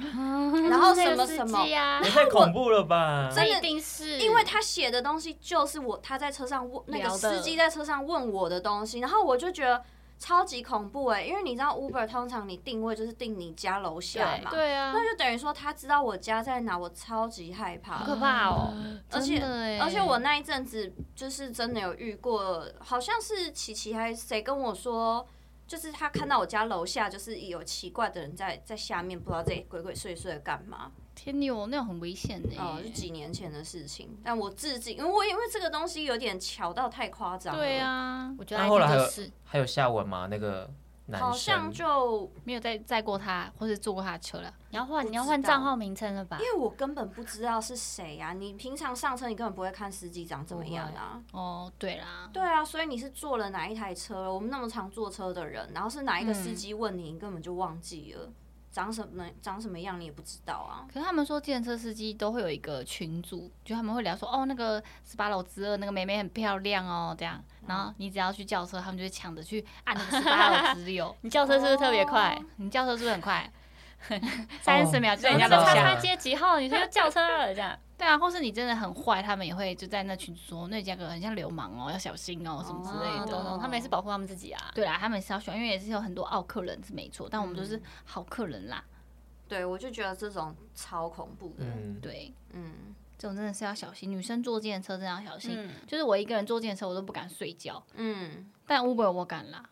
S4: 然后什么什么，
S3: 啊
S1: 呀，
S2: 也太恐怖了吧！
S1: 啊那
S4: 真的
S1: 一定是
S4: 因为他写的东西就是我他在车上问那个
S3: 聊的
S4: 司机在车上问我的东西，然后我就觉得超级恐怖哎、因为你知道 Uber 通常你定位就是定你家楼下嘛，
S1: 对啊，
S4: 那就等于说他知道我家在哪，我超级害怕
S1: 好。可怕哦，
S4: 而且
S3: 真的欸
S4: 而且我那一阵子就是真的有遇过，好像是琪琪还是谁跟我说，就是他看到我家楼下就是有奇怪的人在在下面，不知道在鬼鬼祟祟的干嘛。
S3: 天牛那种很危险呢、
S4: 哦，是几年前的事情，但我至今，因为我因为这个东西有点巧到太夸张了，
S3: 对，啊，
S1: 我觉得
S2: 那后来还有
S1: 是
S2: 还有下文吗？那个男生
S4: 好像就
S3: 没有再载过他，或是坐过他的车了。
S1: 你要换
S4: 不
S1: 你要换
S4: 知道
S1: 账号名称了吧。
S4: 因？为我根本不知道是谁啊，你平常上车你根本不会看司机长怎么样啊。
S3: 哦，对啦，
S4: 对啊，所以你是坐了哪一台车？我们那么常坐车的人，然后是哪一个司机问你，你根本就忘记了，长什么长什么样你也不知道啊。
S3: 可是他们说，计程车司机都会有一个群组，就他们会聊说，哦，那个十八楼之二那个妹妹很漂亮哦，这样。然后你只要去叫车，他们就会抢着去按那个十八楼之六
S1: 你叫车是不是特别快
S4: 哦？
S3: 你叫车是不是很快？三十秒就在
S1: 人家
S2: 都
S3: 人家
S1: 的
S3: 楼
S1: 叉叉
S2: 吓
S3: 下。
S1: 街几号？你说叫车了这样？
S3: 对啊，或是你真的很坏，他们也会就在那群组说，那价格很像流氓哦，要小心哦，什么之
S1: 哦
S3: 类
S1: 懂
S3: 的。
S1: 懂，他们也是保护他们自己啊。
S3: 对啦，他们也是要选，因为也是有很多傲客人是没错，但我们都是好客人啦。
S4: 对，我就觉得这种超恐怖的，
S2: 嗯，
S3: 对，
S4: 嗯，
S3: 这种真的是要小心，女生坐电车真的要小心。
S1: 嗯，
S3: 就是我一个人坐电车，我都不敢睡觉，
S4: 嗯
S3: 但 Uber 我敢啦。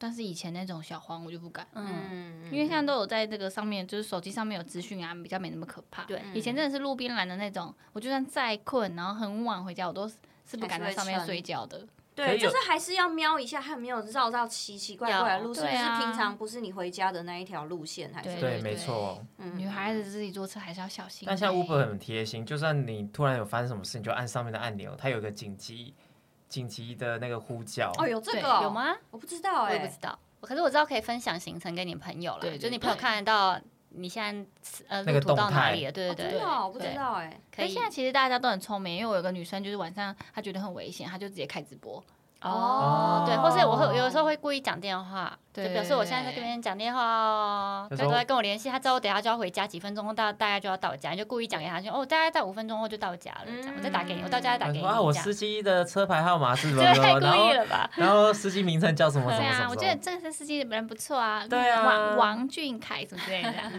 S3: 但是以前那种小黄我就不敢，
S1: 嗯，
S4: 嗯，
S3: 因为现在都有在这个上面，就是手机上面有资讯啊，比较没那么可怕。
S1: 对
S3: 以前真的是路边拦的那种，我就算再困，然后很晚回家，我都是是不敢在上面睡觉
S1: 嗯
S3: 的。
S2: 可
S4: 对，
S2: 以有
S4: 就是还是要瞄一下，还有没有绕到奇奇怪怪的
S1: 要
S4: 路，是不是
S3: 对啊
S4: 平常不是你回家的那一条路线？还
S3: 对
S4: 是
S2: 对，没错。
S4: 嗯
S3: 女孩子自己坐车还是要小心欸。
S2: 但像 Uber 很贴心，就算你突然有发生什么事，你就按上面的按钮，它有一个紧急紧急的那个呼叫。
S4: 哦，有这
S3: 对
S4: 个哦
S1: 有？吗？
S4: 我不知道
S1: 我
S4: 哎
S1: 也不知，道。可是我知道可以分享行程给你朋友啦，
S3: 对对
S1: 就你朋友
S3: 对
S1: 看得到你现在呃路
S2: 那个
S1: 途到哪
S2: 动态
S1: 里了，对
S4: 哦
S1: 对
S4: 真
S1: 对
S4: 的哦，我不
S1: 对
S4: 知道哎。
S1: 可
S3: 可
S1: 以
S3: 是现在其实大家都很聪明，因为我有个女生就是晚上她觉得很危险，她就直接开直播，
S1: 哦
S4: 哦，
S1: 对，或是我会有时候会故意讲电话，就
S3: 对
S1: 表示我现在在跟别人讲电话哦，他
S2: 有时候
S1: 都在跟我联系，他知道我等一下就要回家，几分钟后大大概就要到家，你就故意讲给他听，哦，大概在五分钟后就到家了，
S3: 嗯
S1: 这样我再打给你，我到家再打给你，
S2: 说啊，我
S1: 这样
S2: 司机的车牌号码 是什么？
S1: 对，太
S2: 然
S1: 故意
S2: 后
S1: 了吧？
S2: 然后司机名称叫什么
S3: 对
S2: 什么什
S3: 啊，
S2: 么
S3: 我
S2: 什
S3: 觉得
S2: 么？
S3: 这个司机人不错啊，
S2: 对啊
S3: 王王俊凯什么之 类的啊，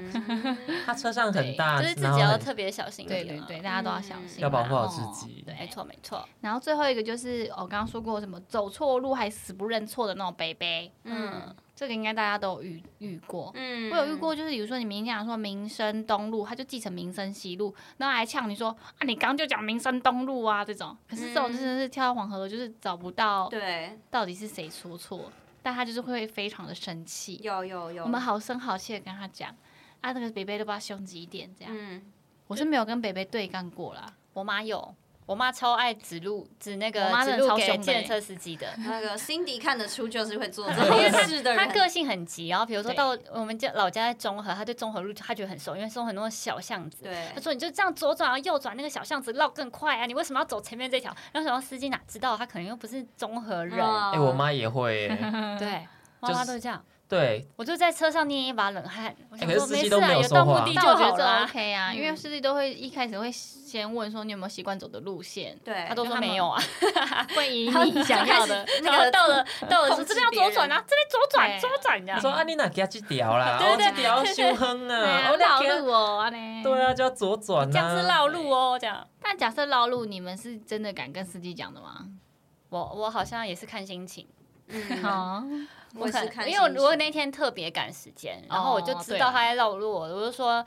S2: 他车上很大，
S1: 就是自
S2: 然
S1: 己
S2: 后
S1: 要
S2: 很
S1: 特别小心一
S3: 对
S1: 点，
S3: 对对，，大家都要小心啊，
S2: 要保护好
S3: 哦
S2: 自己
S3: 对
S1: 没，错没错，
S3: 然后最后一个就是我刚刚说过什么走错路还死不认错的那种北北，
S1: 嗯
S3: 嗯，这个应该大家都有遇遇过。
S4: 嗯
S3: 我有遇过，就是比如说你明天讲说民生东路，他就记成民生西路，然后还呛你说啊，你刚刚就讲民生东路啊这种。可是这种真的是跳到黄河，就是找不到
S4: 嗯对，
S3: 到底是谁说错，但他就是会非常的生气。
S4: 有有有，
S3: 我们好声好气的跟他讲，啊，那个北北都不知道凶几点这样。
S4: 嗯，
S3: 我是没有跟北北对干过 啦，
S1: 我妈有。我妈超爱指路，指那个
S3: 我妈
S1: 指
S3: 真的
S1: 路
S3: 超
S1: 给
S3: 凶的
S1: 电
S3: 欸
S1: 车司机的，
S4: 那个 Cindy 看得出就是会做 这件事的
S1: 他
S4: 人，
S1: 个性很急，然后比如说
S3: 对
S1: 到我们家老家在中和，他对中和路他觉得很熟，因为中和很多小巷子。
S4: 对
S1: 他，说你就这样左转，然后右转那个小巷子绕更快啊！你为什么要走前面这条？然后想到司机哪知道他可能又不是中和人，
S4: 嗯
S2: 哎、我妈也会、 欸，
S1: 对，
S2: 就是
S1: 妈妈都这样。
S2: 对，
S1: 我就在车上捏一把冷汗，我想
S2: 哎可是
S1: 说
S2: 司
S1: 没事
S2: 机都
S1: 啊，
S2: 没有
S1: 有
S2: 说
S1: 到目
S2: 话
S1: 的
S3: 但
S1: 就
S3: 我觉
S1: 好
S3: 得这
S1: 了啊。
S3: OK 啊，
S1: 嗯
S3: 因为司机都会一开始会先问说你有没有习惯走的路线，
S4: 对，
S1: 他都说没有啊，
S3: 会以
S4: 他
S3: 你想要的
S4: 就开始那
S1: 然
S4: 个
S1: 后到了到了
S4: 控
S1: 说
S4: 制
S1: 这边要左转啊，这边左转
S3: 对
S1: 左转这
S2: 她
S1: 样。
S2: 说啊，你哪给他去屌啦？
S1: 对
S2: 哦，
S1: 对
S2: 这屌修亨 啊，
S3: 啊
S4: 嗯
S2: 哦，
S3: 绕
S2: 你哪
S3: 路哦，啊呢
S2: 给她对。啊，就要左转
S1: 这样是
S2: 呐、啊。
S1: 绕路哦，这样。
S3: 但假设绕路，你们是真的敢跟司机讲的吗？
S1: 我我好像也是看心情。
S4: 嗯，
S3: 好，
S4: 我也
S1: 可
S4: 是
S1: 能
S4: 看
S1: 哦因为我
S4: 心
S1: 如果
S4: 情
S1: 那天特别赶时间，
S3: 哦
S1: 然后我就知
S3: 对
S1: 道
S3: 啦
S1: 他在绕路，我就说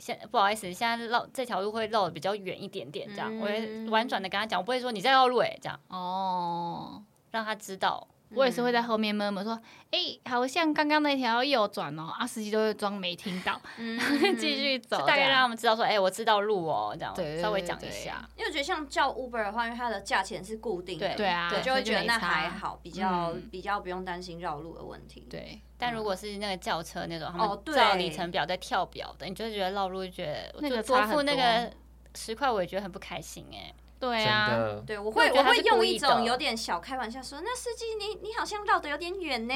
S1: 现不好意思，现在绕这条路会绕的比较远一点点，这样、我会
S4: 嗯
S1: 婉转的跟他讲，我不会说你在绕路哎、欸，这样
S3: 哦，
S1: 让他知道。
S3: 我也是会在后面闷闷说，哎，好像刚刚那条右转哦，啊，司机都会装没听到，
S4: 嗯
S3: 继。续走
S1: 就
S3: 这样，
S1: 大概让他们知道说，哎、我知道路哦，这样
S3: 对
S1: 稍微
S3: 对
S1: 讲一
S3: 对
S1: 下。
S4: 因为我觉得像叫 Uber 的话，因为它的价钱是固定的，
S1: 对
S3: 对啊，
S4: 我就会觉得那
S3: 没差
S4: 还。好，比较
S3: 嗯
S4: 比较不用担心绕路的问题。
S3: 对，
S1: 但如果是那个轿车那种，他
S4: 哦
S1: 们
S4: 对
S1: 照里程表在跳表的，你就会觉得绕路，就觉得
S3: 那
S1: 就
S3: 个
S1: 多
S3: 差很
S1: 付那
S3: 多
S1: 个十块，我也觉得很不开心哎、
S3: 对
S2: 真
S3: 啊，
S2: 的，
S4: 对，我
S1: 因为我
S4: 会
S1: 觉得
S4: 我
S1: 他
S4: 会
S1: 是故
S4: 用
S1: 意
S4: 一
S1: 的
S4: 种有点小开玩笑说，那司机你你好像绕的有点远呢，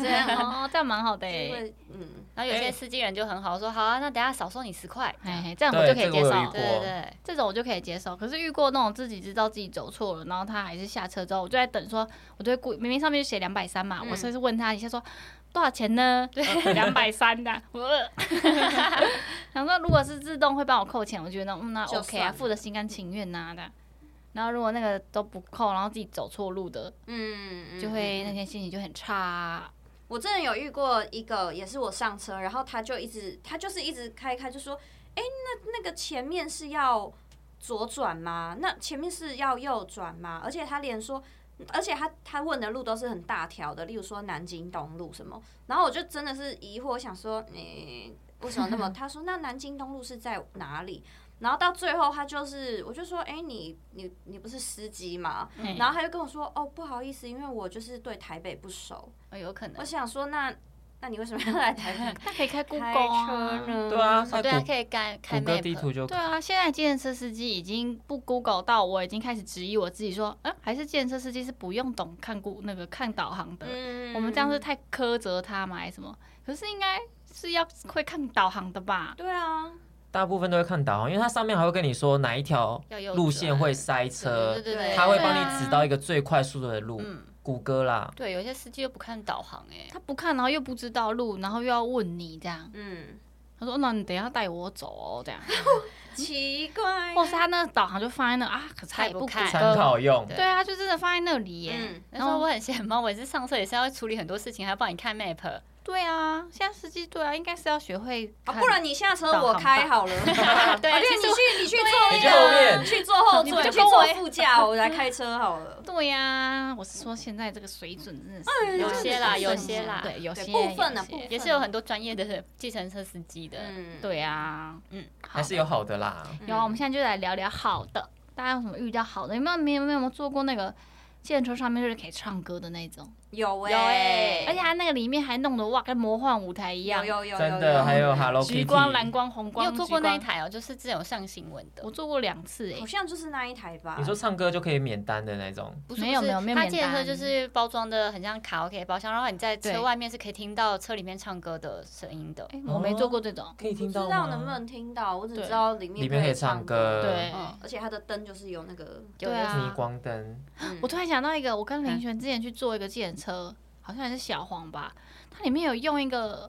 S4: 这样
S3: 哦，这样蛮好的
S4: 因
S3: 欸，
S4: 为嗯，
S1: 然后有些
S2: 哎
S1: 司机人就很好，说好啊，那等下少收你十 块，这样
S3: 哎，这样我就可以接
S2: 对这个我有遇
S3: 受
S2: 过。
S1: 对对对。
S3: 这种我就可以接受。可是遇过那种自己知道自己走错了，然后他还是下车之后，我就在等说，我就会故意明明上面就写两百三嘛，
S4: 嗯
S3: 我甚至问他一下说多少钱呢？ 对，哦两百三的。我饿 想说，如果是自动会帮我扣钱，我觉得嗯那
S4: 就
S3: OK 啊，
S4: 算
S3: 付的心甘情愿呐、的。然后如果那个都不扣，然后自己走错路的，
S4: 嗯，
S3: 就会那
S4: 嗯。嗯
S3: 天心情就很差啊、
S4: 我真的有遇过一个，也是我上车，然后他就一直，他就是一直开开，就说，哎、那那个前面是要左转吗？那前面是要右转吗？而且他连说，而且他他问的路都是很大条的，例如说南京东路什么，然后我就真的是疑惑，我想说，你、为什么那么？ 他说，那南京东路是在哪里？然后到最后，他就是，我就说，哎、你你你不是司机吗？然后他就跟我说，哦，不好意思，因为我就是对台北不熟。
S1: 哦有可能
S4: 我，想说那，那你为什么要来台 北
S3: 他可以开 Google
S4: 开
S3: 啊
S4: 车。呢？
S2: 对啊，
S1: 哦，对啊，
S2: 谷
S1: 可以开开
S2: 谷歌
S1: map
S2: 地图就
S3: 对啊，现在计程车司机已经不 Google 到，我已经开始质疑我自己说，嗯，还是计程车司机是不用懂看顾那个看导航的。
S4: 嗯
S3: 我们这样是太苛责他嘛，还是什么？可是应该是要会看导航的吧？
S4: 对啊，
S2: 大部分都会看导航，因为它上面还会跟你说哪一条
S1: 要右
S2: 路
S1: 转
S2: 线会塞车
S1: 对，对对对，
S2: 它会
S3: 对
S2: 帮
S3: 啊
S2: 你指到一个最快速的路。
S1: 嗯，
S2: 谷歌啦，
S1: 对，有些司机又不看导航哎，
S3: 他不看，然后又不知道路，然后又要问你这样。
S4: 嗯，
S3: 他说：“哦那你等一下带我走哦，这样。
S4: 奇怪”
S3: 或是他那个导航就放在那啊，可是他
S1: 他
S3: 也
S1: 也
S3: 不
S1: 不看
S2: 参
S3: Google。
S2: 考用
S1: 对。
S3: 对啊，就真的放在那里耶。
S4: 嗯
S1: 那时候我很羡慕，我也是上车也是要处理很多事情，还要帮你看 map，
S3: 对啊，现在司机对啊，应该是要学会
S4: 啊，
S3: 看、
S4: 不然你下车我开 好了。
S1: 对
S4: 而
S1: 啊，
S4: 且
S1: 其
S4: 你
S1: 实我
S4: 去你去坐
S2: 你
S4: 那
S2: 去后
S4: 个
S2: 面
S4: 你去坐后
S3: 你不
S4: 座，
S3: 就
S4: 你去
S3: 跟我
S4: 坐
S3: 一
S4: 副驾，我来开车 好了。
S3: 对呀、我是说现在这个水准真的是
S1: 有些啦
S3: 是
S1: 有些啦
S3: 对，有些
S4: 对部分
S3: 有
S4: 啊
S3: 些
S4: 部分
S1: 也是有很多专业的计程车司机的，
S4: 嗯，
S3: 对啊，
S1: 嗯
S3: 嗯，
S2: 还是有好的啦，
S4: 嗯
S3: 啊有啊。我们现在就来聊聊好的，大家有什么遇到好的？有没有没有没有做过那个计程车上面就是可以唱歌的那种，
S4: 有哎、
S1: 有欸
S3: 而且它那个里面还弄得哇，跟魔幻舞台一
S4: 有
S3: 样，
S4: 有有
S2: 真的还有 Hello Kitty，
S3: 橘光、蓝光、红
S1: 你
S3: 光。
S1: 有做过那一
S3: 橘
S1: 台哦？就是之前有上新闻的
S3: 光？我，做过两次哎
S4: 好，像就是那一台吧。
S2: 你说唱歌就可以免单的那种，
S1: 不是
S3: 没有
S1: 不是
S3: 没有没有
S1: 它
S3: 免
S1: 计程车
S3: 单
S1: 就是包装的很像卡拉 OK 包厢，然后你在
S3: 对
S1: 车外面是可以听到车里面唱歌的声音的。
S3: 哎，我没做过这种。
S2: 可以
S4: 不
S2: 听
S4: 知
S2: 到
S4: 道
S2: 吗
S4: 能不能听到，我只
S3: 对
S4: 知道里面
S2: 里面可以唱
S4: 唱
S2: 歌，
S3: 对
S4: 嗯，而且它的灯就是有那个，
S1: 有
S3: 对
S1: 有
S3: 啊
S2: 逆光灯，
S4: 嗯
S3: 我突然想到一个，我跟林
S1: 嗯
S3: 璇之前去坐一个计程车，好像也是小黄吧，它里面有用一个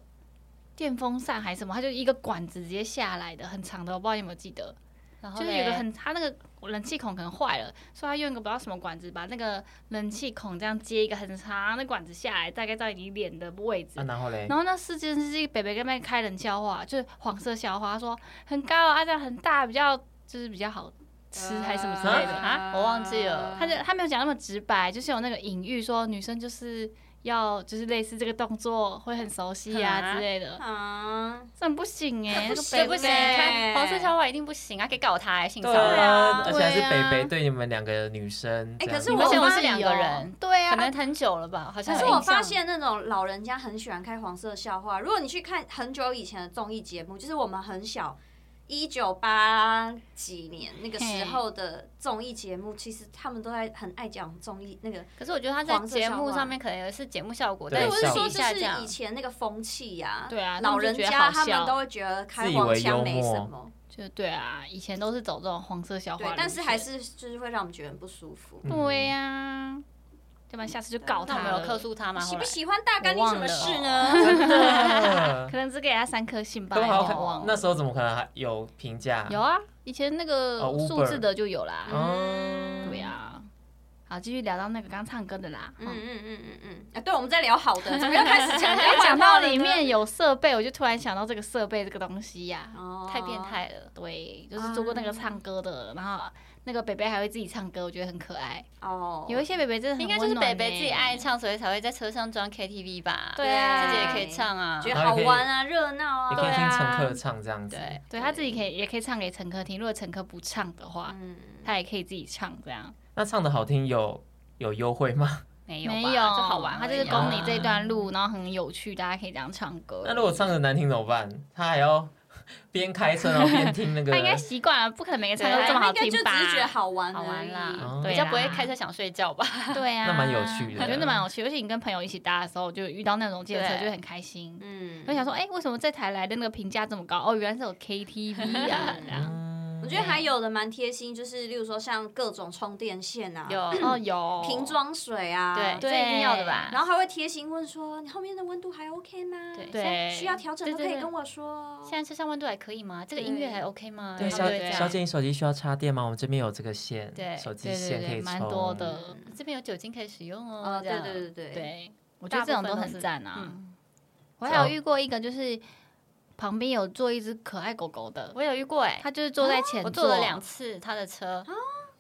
S3: 电风扇还是什么，它就一个管子直接下来的，很长的，我不知道你有没有记得，
S1: 然后
S3: 就是有个
S1: 嘞
S3: 很它那个冷气孔可能坏了，所以它用一个不知道什么管子把那个冷气孔这样接一个很长的管子下来，大概到你脸的位置
S2: 啊，。然后嘞，
S3: 然后那司机是北北跟妹开冷笑话，就是黄色笑话，他说很高啊，这样很大，比较就是比较好吃还是什么之类的
S1: 啊我忘记了
S3: 他就他没有讲那么直白，就是有那个隐喻说女生就是要就是类似这个动作会很熟悉啊
S1: 啊
S3: 之类的，
S4: 啊，
S3: 这很不行哎、那个
S1: 这不
S3: 北
S1: 行，
S3: 北
S4: 妹
S1: 看黄色笑话一定不行啊，可以告他性骚
S2: 对
S1: 扰。
S2: 啊，而
S4: 对啊
S2: 且还是
S3: 对啊
S2: 北北对你们两个女生这
S4: 哎
S2: 样，
S4: 可是
S1: 你
S4: 我
S1: 们现在
S4: 妈
S1: 是两个
S3: 有
S4: 哦
S1: 人，
S3: 对啊，
S1: 可能很久了吧？好像
S4: 可
S1: 有
S4: 是
S1: 印
S4: 我
S1: 象
S4: 发现那种老人家很喜欢开黄色笑话。如果你去看很久以前的综艺节目，就是我们很小，一九八几年那个时候的综艺节目，其实他们都在很爱讲综艺那个。
S1: 可是我觉得他在
S4: 黄色
S1: 节
S4: 笑
S1: 目
S4: 话
S1: 上面可能也是节目效果，
S2: 对
S1: 但
S4: 我是
S2: 效
S1: 私
S4: 说，
S2: 果
S1: 底
S4: 就
S1: 下这样
S4: 是以前那个风气呀、
S3: 对啊
S4: 老人家他们都会觉得开黄腔没什么，
S3: 就对啊，以前都是走这种黄色笑话
S4: 对
S3: 路线，，
S4: 但是还是就是会让我们觉得很不舒服。
S2: 嗯
S3: 对啊呀、要不然下次就告
S1: 那
S3: 他
S1: 我
S3: 了
S1: 们有克诉他吗？
S4: 喜
S1: 后
S4: 不
S1: 来
S4: 喜欢大干你什么事呢？
S2: 真
S3: 可能只给他三颗星吧，
S2: 都好
S3: 有点忘
S2: 看，那
S3: 了。
S2: 时候怎么可能还有评价？
S3: 有啊，以前那个
S2: 哦，Uber
S3: 数字的就有啦。
S2: 嗯，
S3: 对啊呀、好，继续聊到那个刚唱歌的啦。
S4: 嗯
S3: 嗯，
S4: 嗯嗯嗯嗯，啊，对，我们在聊好的，怎么又开 始讲
S3: 哎，讲到里面有设备，我就突然想到这个设备这个东西
S1: 嗯
S3: 呀、
S4: 哦
S1: 太变态了。
S3: 对，就是做过那个唱歌的，然后那个北北还会自己唱歌，我觉得很可爱。
S4: 哦，
S3: 有一些北北真的很
S1: 应该就是
S3: 温暖
S1: 北北
S3: 呢
S1: 自己爱，唱，所以才会在车上装 KTV 吧？
S3: 对啊
S1: 自己也可以唱啊。
S4: 觉得好玩啊，热闹啊，
S2: 你可以
S3: 对
S2: 听
S3: 啊
S2: 乘客唱这样子，
S1: 对，
S3: 对他自己可以也可以唱给乘客听，如果乘客不唱的话，
S4: 嗯，
S3: 他也可以自己唱这样。
S2: 那唱的好听有有优惠吗？
S1: 没有吧
S3: 没
S1: 就好玩而已啊，
S3: 他就是
S2: 公
S3: 供你这段路，然后很有趣，大家可以这样唱歌。
S2: 那如果唱的难听怎么办？他还要 边开车然后边听那个
S3: 他，应该习惯了，不可能每个唱都
S1: 对
S3: 这么好
S4: 哎应该就
S3: 听
S4: 只
S3: 吧？
S4: 是觉得好玩
S1: 好玩啦
S2: 嗯，
S3: 对
S1: 比
S3: 啦
S1: 较不会开车想睡觉吧？
S3: 对啊，
S2: 那蛮有趣的
S3: 我觉得那蛮有趣，尤其你跟朋友一起搭的时候，就遇到那种计程车
S1: 对
S3: 就会很开心。
S4: 嗯，
S3: 我想说，哎、为什么这台来的那个评价这么高？哦，原来是有 KTV 啊，
S4: 嗯
S3: 这样。
S2: 嗯
S4: 我觉得还有的蛮贴心，就是例如说像各种充电线啊，
S1: 有
S3: 哦，有
S4: 瓶，装水 啊，
S1: 对，这
S3: 对
S1: 一定要的吧？
S4: 然后还会贴心问说你后面的温度还 OK 吗？
S1: 对
S4: 现在需要调整都可
S1: 对对
S4: 以
S1: 对
S4: 跟我说。
S1: 现在车上温度还可以吗？这个音乐还 OK 吗？
S2: 对
S1: 他们都
S2: 小
S1: 会这样
S2: 小姐，你手机需要插电吗？我们这边有这个线，
S1: 对
S2: 手机
S3: 对对
S2: 线可
S3: 对，
S2: 以
S3: 蛮
S2: 充哦
S3: 多的。
S1: 这边有酒精可以使用哦
S4: 哦，。
S1: 这
S4: 对
S1: 样
S4: 对对对，
S3: 对，我觉得这种都很赞啊。
S1: 大部分
S3: 我还有遇过一个，就是旁边有坐一只可爱狗狗的，
S1: 我有遇过哎，
S3: 它就是啊坐在前座，
S1: 我坐了两次他的车，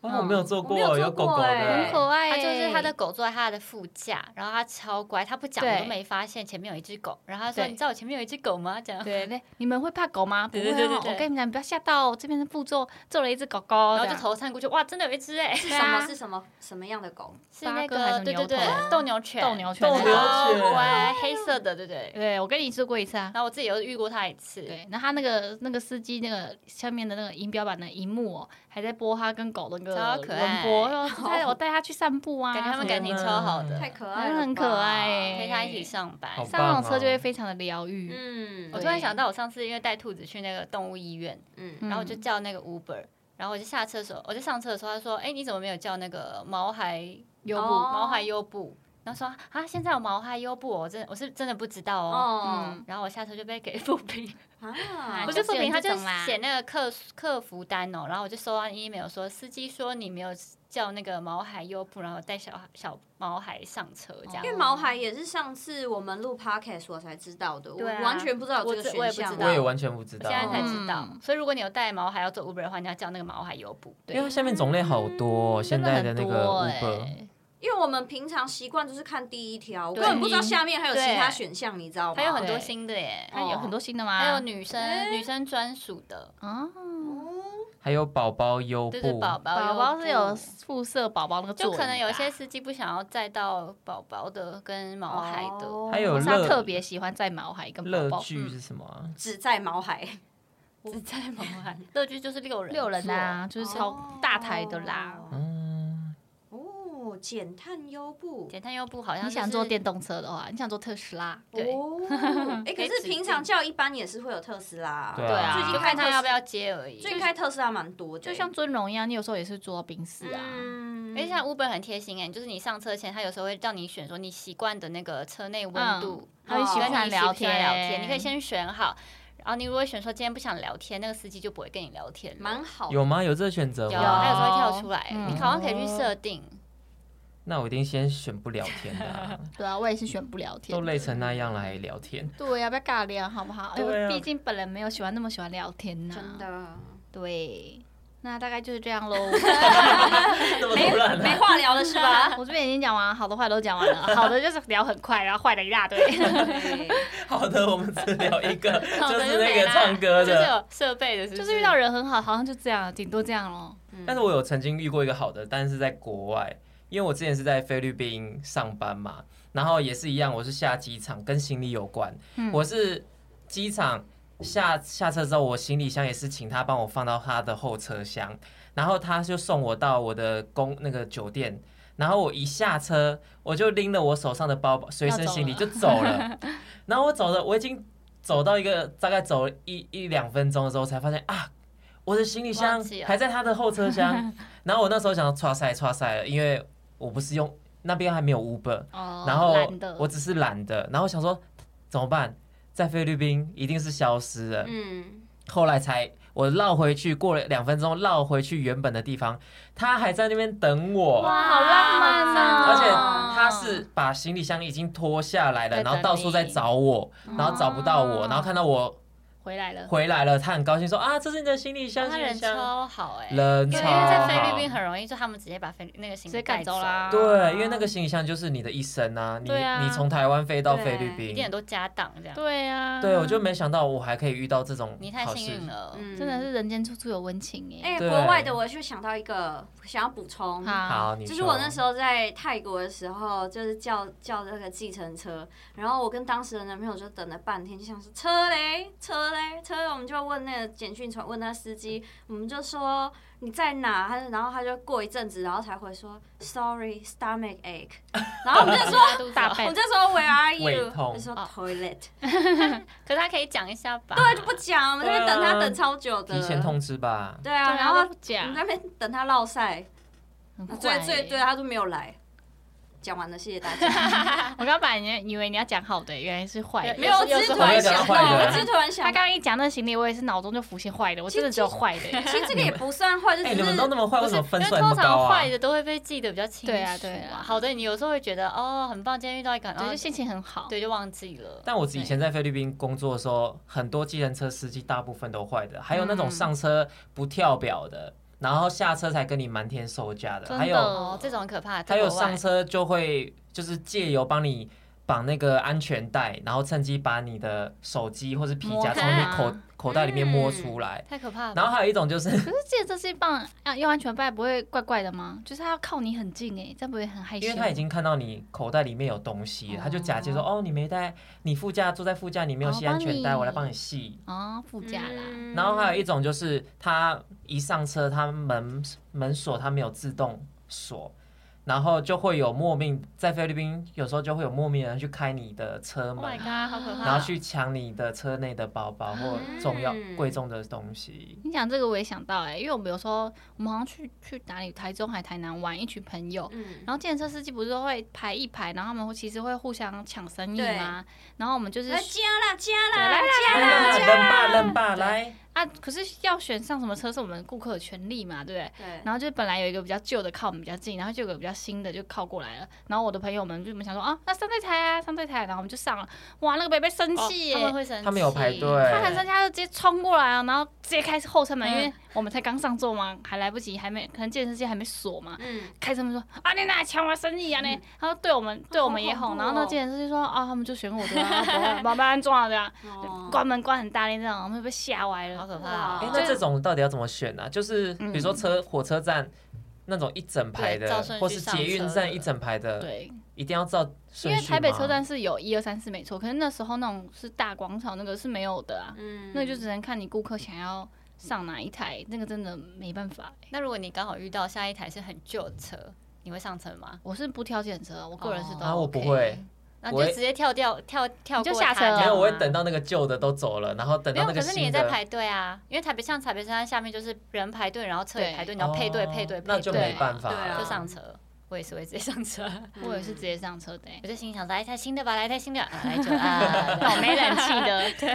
S2: 哇，我没有坐
S4: 我没有
S2: 过，
S4: 坐
S2: 有狗
S4: 过
S2: 狗
S4: 欸
S2: 的
S3: 很，可爱、
S1: 他就是他的
S3: 的，
S1: 狗坐在他的副驾，然后他超乖，他不讲
S3: 对
S1: 我都没发现前面有一只狗，然后他说
S3: 对
S1: 你知道我前面有一只狗吗？这样，
S3: 对，那你们会怕狗吗？不
S1: 对
S3: 会
S1: 对
S3: 哦，
S1: 对对对
S3: 我跟你们讲，不要吓到哦，这边是副座坐了一只狗狗，
S1: 然后
S3: 这
S1: 就
S3: 样
S1: 头探过去，哇，真的有一只哎，
S4: 是
S3: 对
S4: 什么
S3: 啊
S4: 是什么什么样的狗？
S1: 是
S3: 八
S1: 那
S3: 哥还是
S1: 个对
S3: 牛
S1: 对对
S3: 头
S1: 斗牛犬，
S3: 斗牛犬
S2: 斗牛犬
S1: 超乖，黑色的，对对。
S3: 对，我跟你说过一次啊。
S1: 然后我自己有遇过他一次，
S3: 对，然后他那个那个司机那个下面的那个音标版的荧幕哦，还在播他跟狗的那个
S1: 超
S3: 轮
S1: 可爱
S3: 播，然 后带我带他去散步啊，
S1: 感觉他们
S3: 什么
S1: 感情超好的，
S4: 太可爱
S3: 真
S4: 了，
S3: 的很可爱欸
S1: 陪他一起上班。
S2: 好
S3: 上那
S2: 棒
S3: 种车就会
S2: 哦
S3: 非常的疗愈。
S4: 嗯，
S1: 我突然想到，我上次因为带兔子去那个动物医院，
S4: 嗯，
S1: 然后我
S3: 嗯
S1: 就叫那个 Uber，然后我就下车的时候，我就上车的时候，他说：“哎，你怎么没有叫那个毛孩优步？
S4: 哦
S1: 毛孩优步？”然后说：“啊，现在有毛孩优步哦，我真我是真的不知道哦。”
S4: 哦
S1: 然后我下车就被给负评，
S4: 啊
S1: 不
S3: 我
S1: 是
S3: 就
S1: 负评，他就
S3: 就是有这种啦
S1: 写那个客客服单哦，然后我就收到 email 说司机说你没有叫那个毛孩优步，然后带小小毛孩上车这样
S3: 哦
S4: 因。为毛孩也是上次我们录 podcast 我才知道的，我
S1: 对啊
S4: 完全不知道有这个
S1: 我
S4: 选
S1: 也不
S4: 项欸
S1: 知道
S2: 我也完全不知道
S1: 现，在才知道，
S3: 嗯
S1: 所以如果你有带毛孩要做 Uber 的话，你要叫那个毛孩优步。
S2: 因为它下面种类好多哦，现
S3: 真的
S2: 在
S3: 很
S2: 的那个
S3: 多
S2: Uber
S3: 欸
S4: 因为我们平常习惯就是看第一条，我
S1: 对
S4: 根本不知道下面还有其他选项，你知道吗？
S1: 还有很多
S3: 对啊
S1: 新的耶，哦
S3: 它有很多新的吗？
S1: 还有女生女生专属的，
S3: 啊，
S4: 哦
S2: 还有宝宝优
S1: 就是
S2: 步，
S1: 宝宝有
S3: 宝宝是有
S1: 布
S3: 附设宝宝那个座椅
S1: 就
S3: 吧，
S1: 可能有一些司机不想要载到宝宝的跟毛孩的，
S2: 还有
S3: 或是他
S2: 乐
S3: 特别喜欢在毛孩跟
S2: 乐
S3: 宝嗯宝
S2: 剧是什么啊？
S4: 只在毛孩，
S1: 只载毛孩。乐居就是六人
S3: 六人
S1: 座
S3: 啊，就是超大台的啦。
S2: 嗯，
S4: 哦，减碳优步。
S1: 简单又不好像
S3: 你想
S1: 就是
S3: 坐电动车的话，你想坐特斯拉，
S1: 对
S4: 哦，哎，可
S1: 可以
S4: 是
S1: 指
S4: 平常叫一般也是会有特斯拉，
S2: 对
S1: 对啊，
S4: 最近
S1: 就
S4: 开
S1: 看他
S4: 特斯
S1: 要不要接而已。
S4: 最近开特斯拉蛮多的，欸
S3: 就像尊荣一样，你有时候也是坐到宾士啊。
S4: 嗯
S1: 而且像 Uber 很贴心哎、就是你上车前，他有时候会让你选说你习惯的那个车内温度，
S4: 还
S1: 跟
S4: 有
S1: 你
S4: 喜
S1: 喜
S4: 欢
S1: 欢
S3: 聊
S1: 聊
S3: 天
S1: 你可以先选好。然后你如果选说今天不想聊天，那个司机就不会跟你聊天了。
S4: 蛮好的。
S2: 有吗？有这个选择
S1: 有，
S2: 吗？
S1: 他有时候会跳出来，
S3: 嗯
S1: 你好像可以去设定。
S2: 那我一定先选不聊天的啊，
S3: 对啊，我也是选不聊天
S2: 都。累成那样了还聊天，
S3: 对啊，不要尬聊好不好？
S2: 对啊
S3: 因为毕竟本人没有喜欢那么喜欢聊天呐。
S4: 真。 的
S3: 对，那大概就是这 样喽。
S2: 那么突然
S4: 没
S2: 啊？
S4: 话聊了是吧？
S3: 我这边已经讲完，好的坏都讲完 了，好的就是聊很快，然后坏的一大堆。
S4: 对
S2: 好的，我们只聊一 个，
S1: 好
S2: 就
S1: 的
S2: 是
S1: 就
S2: 那
S1: 没
S2: 个
S1: 啦
S2: 唱歌
S1: 就是
S2: 的。
S1: 有设备的是不
S3: 就是遇到人很好，好像就这样，顶多这样咯。
S4: 嗯
S1: 嗯
S2: 但是我有曾经遇过一个好的，但是在国外，因为我之前是在菲律宾上班嘛，然后也是一样，我是下机场跟行李有关，
S3: 嗯
S2: 我是机场下下车之后，我行李箱也是请他帮我放到他的后车厢，然后他就送我到我的公那个酒店。然后我一下车，我就拎了我手上的包包、随身行李
S3: 要
S2: 就走 了。然后我走了，我已经走到一个大概走了一一两分钟的时候，才发现啊，我的行李箱
S1: 忘记了
S2: 还在他的后车 厢。然后我那时候想，唰塞唰塞了，因为我不是用那边还没有 Uber，
S3: 哦
S2: 然后
S3: 懒得
S2: 我只是懒得，然后想说怎么办，在菲律宾一定是消失了。
S4: 嗯，
S2: 后来才我绕回去，过了两分钟绕回去原本的地方，他还在那边等我，
S3: 哇好浪漫哦
S2: 而且他是把行李箱已经脱下来了，
S3: 在等
S2: 然后到处在找我，
S4: 你
S2: 然后找不到我，
S3: 哦
S2: 然后看到我
S3: 回来了，
S2: 回来了，他很高兴说啊，这是你的行李箱，
S1: 哦他
S2: 行李
S1: 人
S2: 箱，
S1: 超好哎、
S2: 人
S1: 对，
S2: 超
S1: 因为在菲
S2: 好
S1: 律宾很容易，就他们直接把菲律那个行
S3: 直
S1: 李
S3: 接赶
S1: 带
S3: 走啦
S2: 对，因为那个行李箱就是你的一生啊，你
S3: 对啊
S2: 你从台湾飞到
S4: 对
S2: 菲律
S1: 一
S2: 宾
S1: 定，很多家当这样。
S3: 对啊，
S2: 对，我就没想到我还可以遇到这种
S1: 你太
S2: 好
S1: 幸
S2: 事
S1: 运。了，
S4: 嗯
S3: 真的是人间处处有温情耶。
S4: 哎，
S2: 对
S4: 国外的我就想到一个想要补充，
S3: 好
S2: 哎好，你
S4: 就是我那时
S2: 候
S4: 候在泰国的时候，就是叫叫这个计程车，然后我跟当时的男朋友就等了半天，就想说车嘞，车嘞，车嘞，我们就问那个简讯传问那司机，我们就说你在哪？他就然后他就过一阵子，然后才回说 sorry stomach ache，然后我 们就说。
S1: 说
S3: 大
S4: 我
S3: 笨
S4: 们就说 Where are
S2: 胃
S4: you？
S2: 痛
S4: 他说
S1: 哦
S4: toilet，
S1: 可是他可以讲一下吧？
S4: 对，就不讲，我们在那边等他
S2: 对啊
S4: 等超久的。
S2: 提前通知吧，
S4: 对啊，
S3: 对啊
S4: 然后我
S3: 都不讲
S4: 们在那边等他落晒，
S3: 很快
S4: 最
S3: 耶
S4: 最对，他都没有来。讲完了，谢谢大 家。
S3: 我刚本来以为你要讲好的，原来是坏的。
S4: 啊没有，我
S1: 有时
S4: 只是
S1: 候
S4: 突然
S2: 有时候
S4: 想
S2: 会
S4: 到，
S2: 讲坏
S4: 我
S2: 人
S4: 只是突然
S3: 他
S4: 想到，
S3: 刚刚一讲那个行李，我也是脑中就浮现坏的，我真的只有坏的 耶。
S4: 其实这个也不算坏，就
S2: 哎、
S4: 是
S2: 你们都那么坏，为什么分
S1: 因为
S2: 数还那
S1: 通
S2: 么高
S1: 常
S2: 啊
S1: 坏？的都会被记得比较清楚、
S3: 对啊对啊
S1: 好的，你有时候会觉得哦，很棒，今天遇到一个很，然
S3: 对，
S1: 后
S3: 就心情很好。
S1: 对就忘记了。
S2: 但我以前在菲律宾工作的时候，很多计程车司机大部分都坏的，还有那种
S3: 嗯
S2: 上车不跳表的，然后下车才跟你瞒天售价的，
S3: 真
S2: 还
S3: 的
S2: 有
S1: 哦，这种很可怕。
S2: 还
S1: 在
S2: 有
S1: 国外
S2: 上车就会就是借由帮你绑那个安全带，然后趁机把你的手机或是皮夹
S3: 摸
S2: 从
S1: 开
S2: 你
S1: 啊
S2: 口口袋里面摸出来。
S1: 太可怕了。
S2: 然后还有一种就是
S3: 可是借这是一棒啊，用安全带不会怪怪的吗？就是他要靠你很近哎，这样不会很害羞？
S2: 因为他已经看到你口袋里面有东西了，他就假借说哦你没带，你副驾坐在副驾，你没有系安全带，
S3: 哦帮你
S2: 我来帮你系。
S3: 哦副驾啦，
S4: 嗯
S2: 然后还有一种就是他一上车，他门门锁他没有自动锁，然后就会有莫名在菲律宾有时候就会有莫名的人去开你的车
S1: Oh
S2: 门
S1: my。god，好可怕。
S2: 然后去抢你的车内的包包或重要
S4: 嗯
S2: 贵重的东西，
S3: 你讲这个我也想到哎、因为我们有时候我们好像去去哪里，台中还台南玩，一群朋友，
S4: 嗯，
S3: 然后电车司机不是都会排一排，然后他们会其实会互相抢生意
S4: 对
S3: 吗？然后我们就是
S4: 来加啦，加
S3: 对
S4: 啦
S3: 来，
S4: 加啦，
S2: 扔
S4: 加
S2: 哎吧
S4: 啦。
S2: 扔吧，来，
S3: 啊，可是要选上什么车是我们顾客的权利嘛，对不对？
S4: 对，
S3: 然后就本来有一个比较旧的靠我们比较近，然后就有个比较新的就靠过来了。然后我的朋友们就我们想说啊，那上这台啊，上这台，然后我们就上了。哇，那个北北生
S1: 哦
S3: 气耶、
S1: 他们会生气，
S2: 他们有排队
S3: 他很生气，他就直接冲过来啊，然后直接开后车门，
S1: 嗯
S3: 因为我们才刚上座嘛，还来不及，还没可能健身机还没锁嘛，
S4: 嗯，
S3: 开车门说啊，你哪抢我生意啊呢？然后对我们对我们也
S4: 好恐
S3: 吼，
S4: 怖
S3: 然后那
S4: 哦
S3: 健身司机说啊，他们就选我的啊，麻烦安装啊这样，
S4: 哦
S3: 关门关很大力这样，我们被吓歪了。
S1: 好可怕哦！
S4: 哇
S2: 哎、
S4: 哦
S2: 那
S1: 就
S2: 这种到底要怎么选呢、就是比如说车、火车站那种一整排
S1: 对照
S2: 的
S1: 顺，序
S2: 或是捷运
S1: 上车
S2: 站
S1: 的
S2: 一整排的，
S3: 对，
S2: 一定要照顺序
S3: 因为台北车
S2: 吗
S3: 站是有一二三四没错，可是那时候那种是大广场，那个是没有的啊，
S4: 嗯
S3: 那就只能看你顾客想要上哪一台，那个真的没办法欸、
S1: 那如果你刚好遇到下一台是很旧的车，你会上车吗？
S3: 我是不挑检车，我个人是都、OK
S2: 啊，我不会，
S1: 那你就
S2: 我会
S1: 直接跳掉跳跳
S3: 你就
S1: 过它
S3: 下车
S1: 这
S3: 啊
S2: 没
S1: 样
S2: 有，我会
S1: 吗
S2: 等到那个旧的都走了，然后等
S1: 没
S2: 到
S1: 有，
S2: 那个
S1: 可是你也
S2: 新
S1: 在
S2: 的，
S1: 排队啊，因为台北像台北车站下面就是人排队，然后车也
S3: 对
S1: 排队，你要配对
S2: 哦
S1: 配对配对，
S2: 那就没办法
S4: 对啊
S1: 就上车。我也是会直接上车，
S3: 我也是直接上车的欸、
S1: 我就心里想来一台新的吧，来一台新 的，啊来就啊，
S3: 那种没冷气 的，
S2: 对，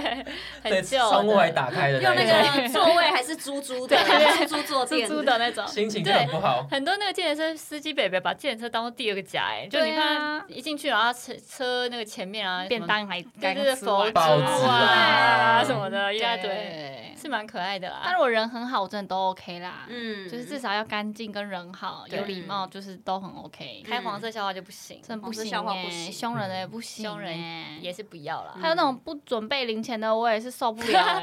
S1: 很旧的，
S2: 窗户还打开的
S4: 用
S2: 那种，
S4: 那个座位还是猪猪的，猪猪坐
S3: 猪
S4: 垫
S3: 猪的那种。
S2: 心情就很不好。
S1: 很多那个计程车司机北北把计程车当做第二个家、哎、就
S3: 对
S1: 你
S3: 啊
S1: 看一进去，然后车车那个前面啊，
S3: 便
S1: 什么
S3: 当还
S1: 对
S3: 刚
S1: 对对，
S3: 吃
S1: 佛
S3: 完
S1: 珠
S2: 报纸啊
S1: 啊什么的，一大堆，
S3: 对。
S1: 是蛮可爱的
S3: 但
S1: 啦。
S3: 是我人很好，我真的都 OK 啦。
S4: 嗯
S3: 就是至少要干净跟人好，
S1: 对
S3: 有礼貌，就是都很 OK。
S1: 开黄色笑话就不行，
S3: 真不
S4: 黄色
S3: 行
S4: 笑话
S3: 欸
S4: 不行
S3: 凶人的
S2: 嗯
S3: 也不行欸，
S1: 凶人也是不要啦。
S3: 还有那种不准备零钱的，我也是受不了 欸。啊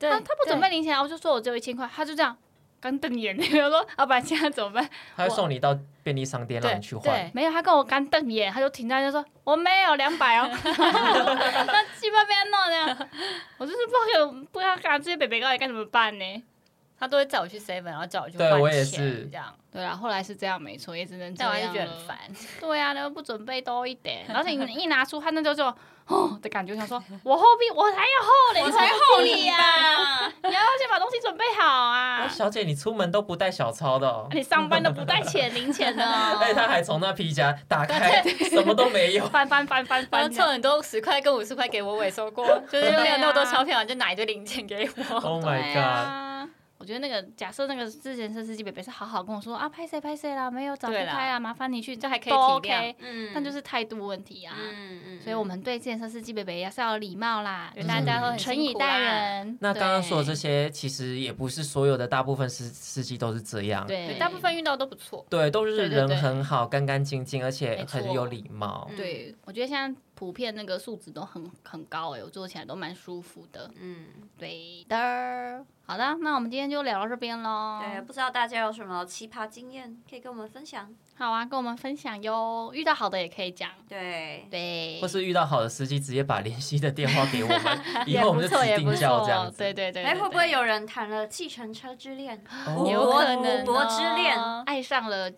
S1: 对
S3: 他他不准备零钱，我就说我只有一千块，他就这样干瞪眼， 我说老板现在怎么办？
S2: 他会送你到便利商店让你去换，
S1: 对
S3: 没有，他跟我干瞪眼，他就停在那说我没有两百 哦，那鸡巴被他弄的，我就是不知道不知道干这些北北到底该怎么办呢？
S1: 他都会载我去 seven，然后叫我去
S2: 对
S1: 换
S2: 我也
S1: 钱
S2: 是
S1: 这样，
S3: 对啦，后来是这样没错，也只能这
S1: 但我
S3: 样了。
S1: 还是觉得很烦。
S3: 对啊，然后不准备多一点，然后你 一拿出他那就就哦的感觉，想说我后壁我才要后嘞，
S4: 我
S3: 你
S4: 才
S3: 后
S4: 厚你
S3: 呀、
S1: 啊
S4: 呀！
S3: 你要先把东西准备好啊
S2: 哎，！小姐，你出门都不带小钞的、哦
S3: 啊，你上班都不带钱零钱的、
S2: 而且
S3: 哦，
S2: 他还从那皮夹打开，什么都没 有。
S3: 翻翻翻翻
S1: 然后
S3: 翻
S1: 凑很多十块跟五十块给我，我也 收过，就是没有那么多钞票，就拿一堆零钱给我。
S2: Oh my
S3: 对
S2: god！
S3: 啊。我觉得那个假设那个之前车司机北北是好好跟我说啊，拍谁拍谁啦，没有找不
S1: 对啦
S3: 开啊，麻烦你去，
S1: 这还可以
S3: 都
S1: 体谅
S3: OK，
S4: 嗯
S3: 但就是态度问题啊。
S4: 嗯嗯
S3: 所以我们对建设司机北北也是要有礼貌啦，
S1: 对
S3: 就是
S1: 大家都很
S3: 诚
S1: 辛
S3: 以
S1: 苦
S3: 待
S1: 啦
S3: 人。
S2: 那刚刚说的
S3: 对
S2: 这些，其实也不是所有的大部分司司机都是这样，
S1: 对
S3: 对，
S1: 大部分遇到都不错。
S2: 对，都是
S3: 对对
S2: 人
S3: 对
S2: 很好，干干净净，而且
S3: 没
S2: 很
S3: 错嗯
S2: 有礼
S4: 嗯
S2: 貌。
S3: 对，我觉得现在普遍那个素质都很很高哎、我做起来都蛮舒服的。
S4: 嗯，
S3: 对的，好的，那我们今天就聊到这边喽。
S4: 对，不知道大家有什么奇葩经验可以跟我们分享？
S3: 好啊，跟我们分享哟，遇到好的也可以讲。
S4: 对，
S3: 对，
S2: 或是遇到好的司机，直接把联系的电话给我们， 以
S3: 也
S2: 后我
S3: 不
S2: 们就
S3: 错，
S2: 指
S3: 也
S2: 定
S3: 不
S2: 叫
S3: 错
S2: 这样，子。
S3: 对对对
S4: 哎，
S3: 对，
S4: 会不会有人谈了计程车之恋？
S2: 哦
S1: 有
S4: 我
S1: 可能
S4: 赌博之恋
S1: 哦
S3: 爱上了？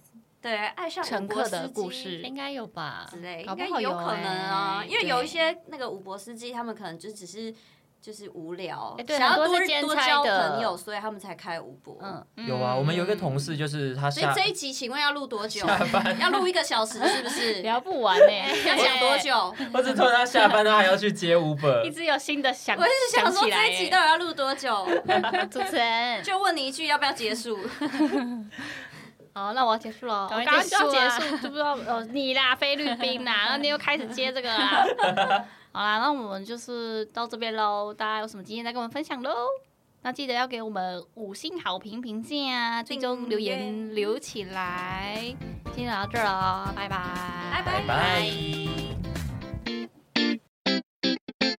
S4: 对，爱上
S3: 乘
S4: 五国
S3: 客的
S4: 司机
S3: 故事
S1: 应该有吧？
S4: 之类，
S3: 搞不
S4: 应该
S3: 好
S4: 有
S3: 有
S4: 可能啊，
S3: 欸
S4: 因为有
S3: 对
S4: 一些那个五博司机，他们可能就只是就是无聊，
S3: 哎
S1: 欸对
S4: 想要
S1: 很
S4: 多
S1: 多是兼
S4: 多
S1: 差
S4: 交
S1: 的
S4: 朋友，所以他们才开五博。
S1: 嗯，
S2: 有啊，我们有一个同
S3: 嗯
S2: 事，就是他
S4: 所以
S2: 下
S4: 这一集请问要录多久
S2: 下？班，
S4: 要录一个小时是不是？要
S3: 聊不完呢、
S4: 讲多？ 久？
S2: 我只突然他下班，他还要去接
S3: 一
S2: Uber。
S3: 直有新的想，
S4: 我一直想
S3: 想
S4: 说
S3: 起来
S4: 这一
S3: 欸
S4: 集到底要录多久？
S3: 主持人，
S4: 就问你一句，要不要结束？
S3: 好，那我要结束了。我
S1: 赶快
S3: 刚刚就要
S1: 结
S3: 结
S1: 束啊
S3: 束，就不知道呃你啦，菲律宾 啦，然后你又开始接这个 啦。好啦，那我们就是到这边喽。大家有什么经验再跟我们分享喽。那记得要给我们五星好评评价啊，最终留
S4: 订
S3: 言
S4: 阅
S3: 留起来。今天聊到这儿了，拜拜，
S4: 拜
S2: 拜拜。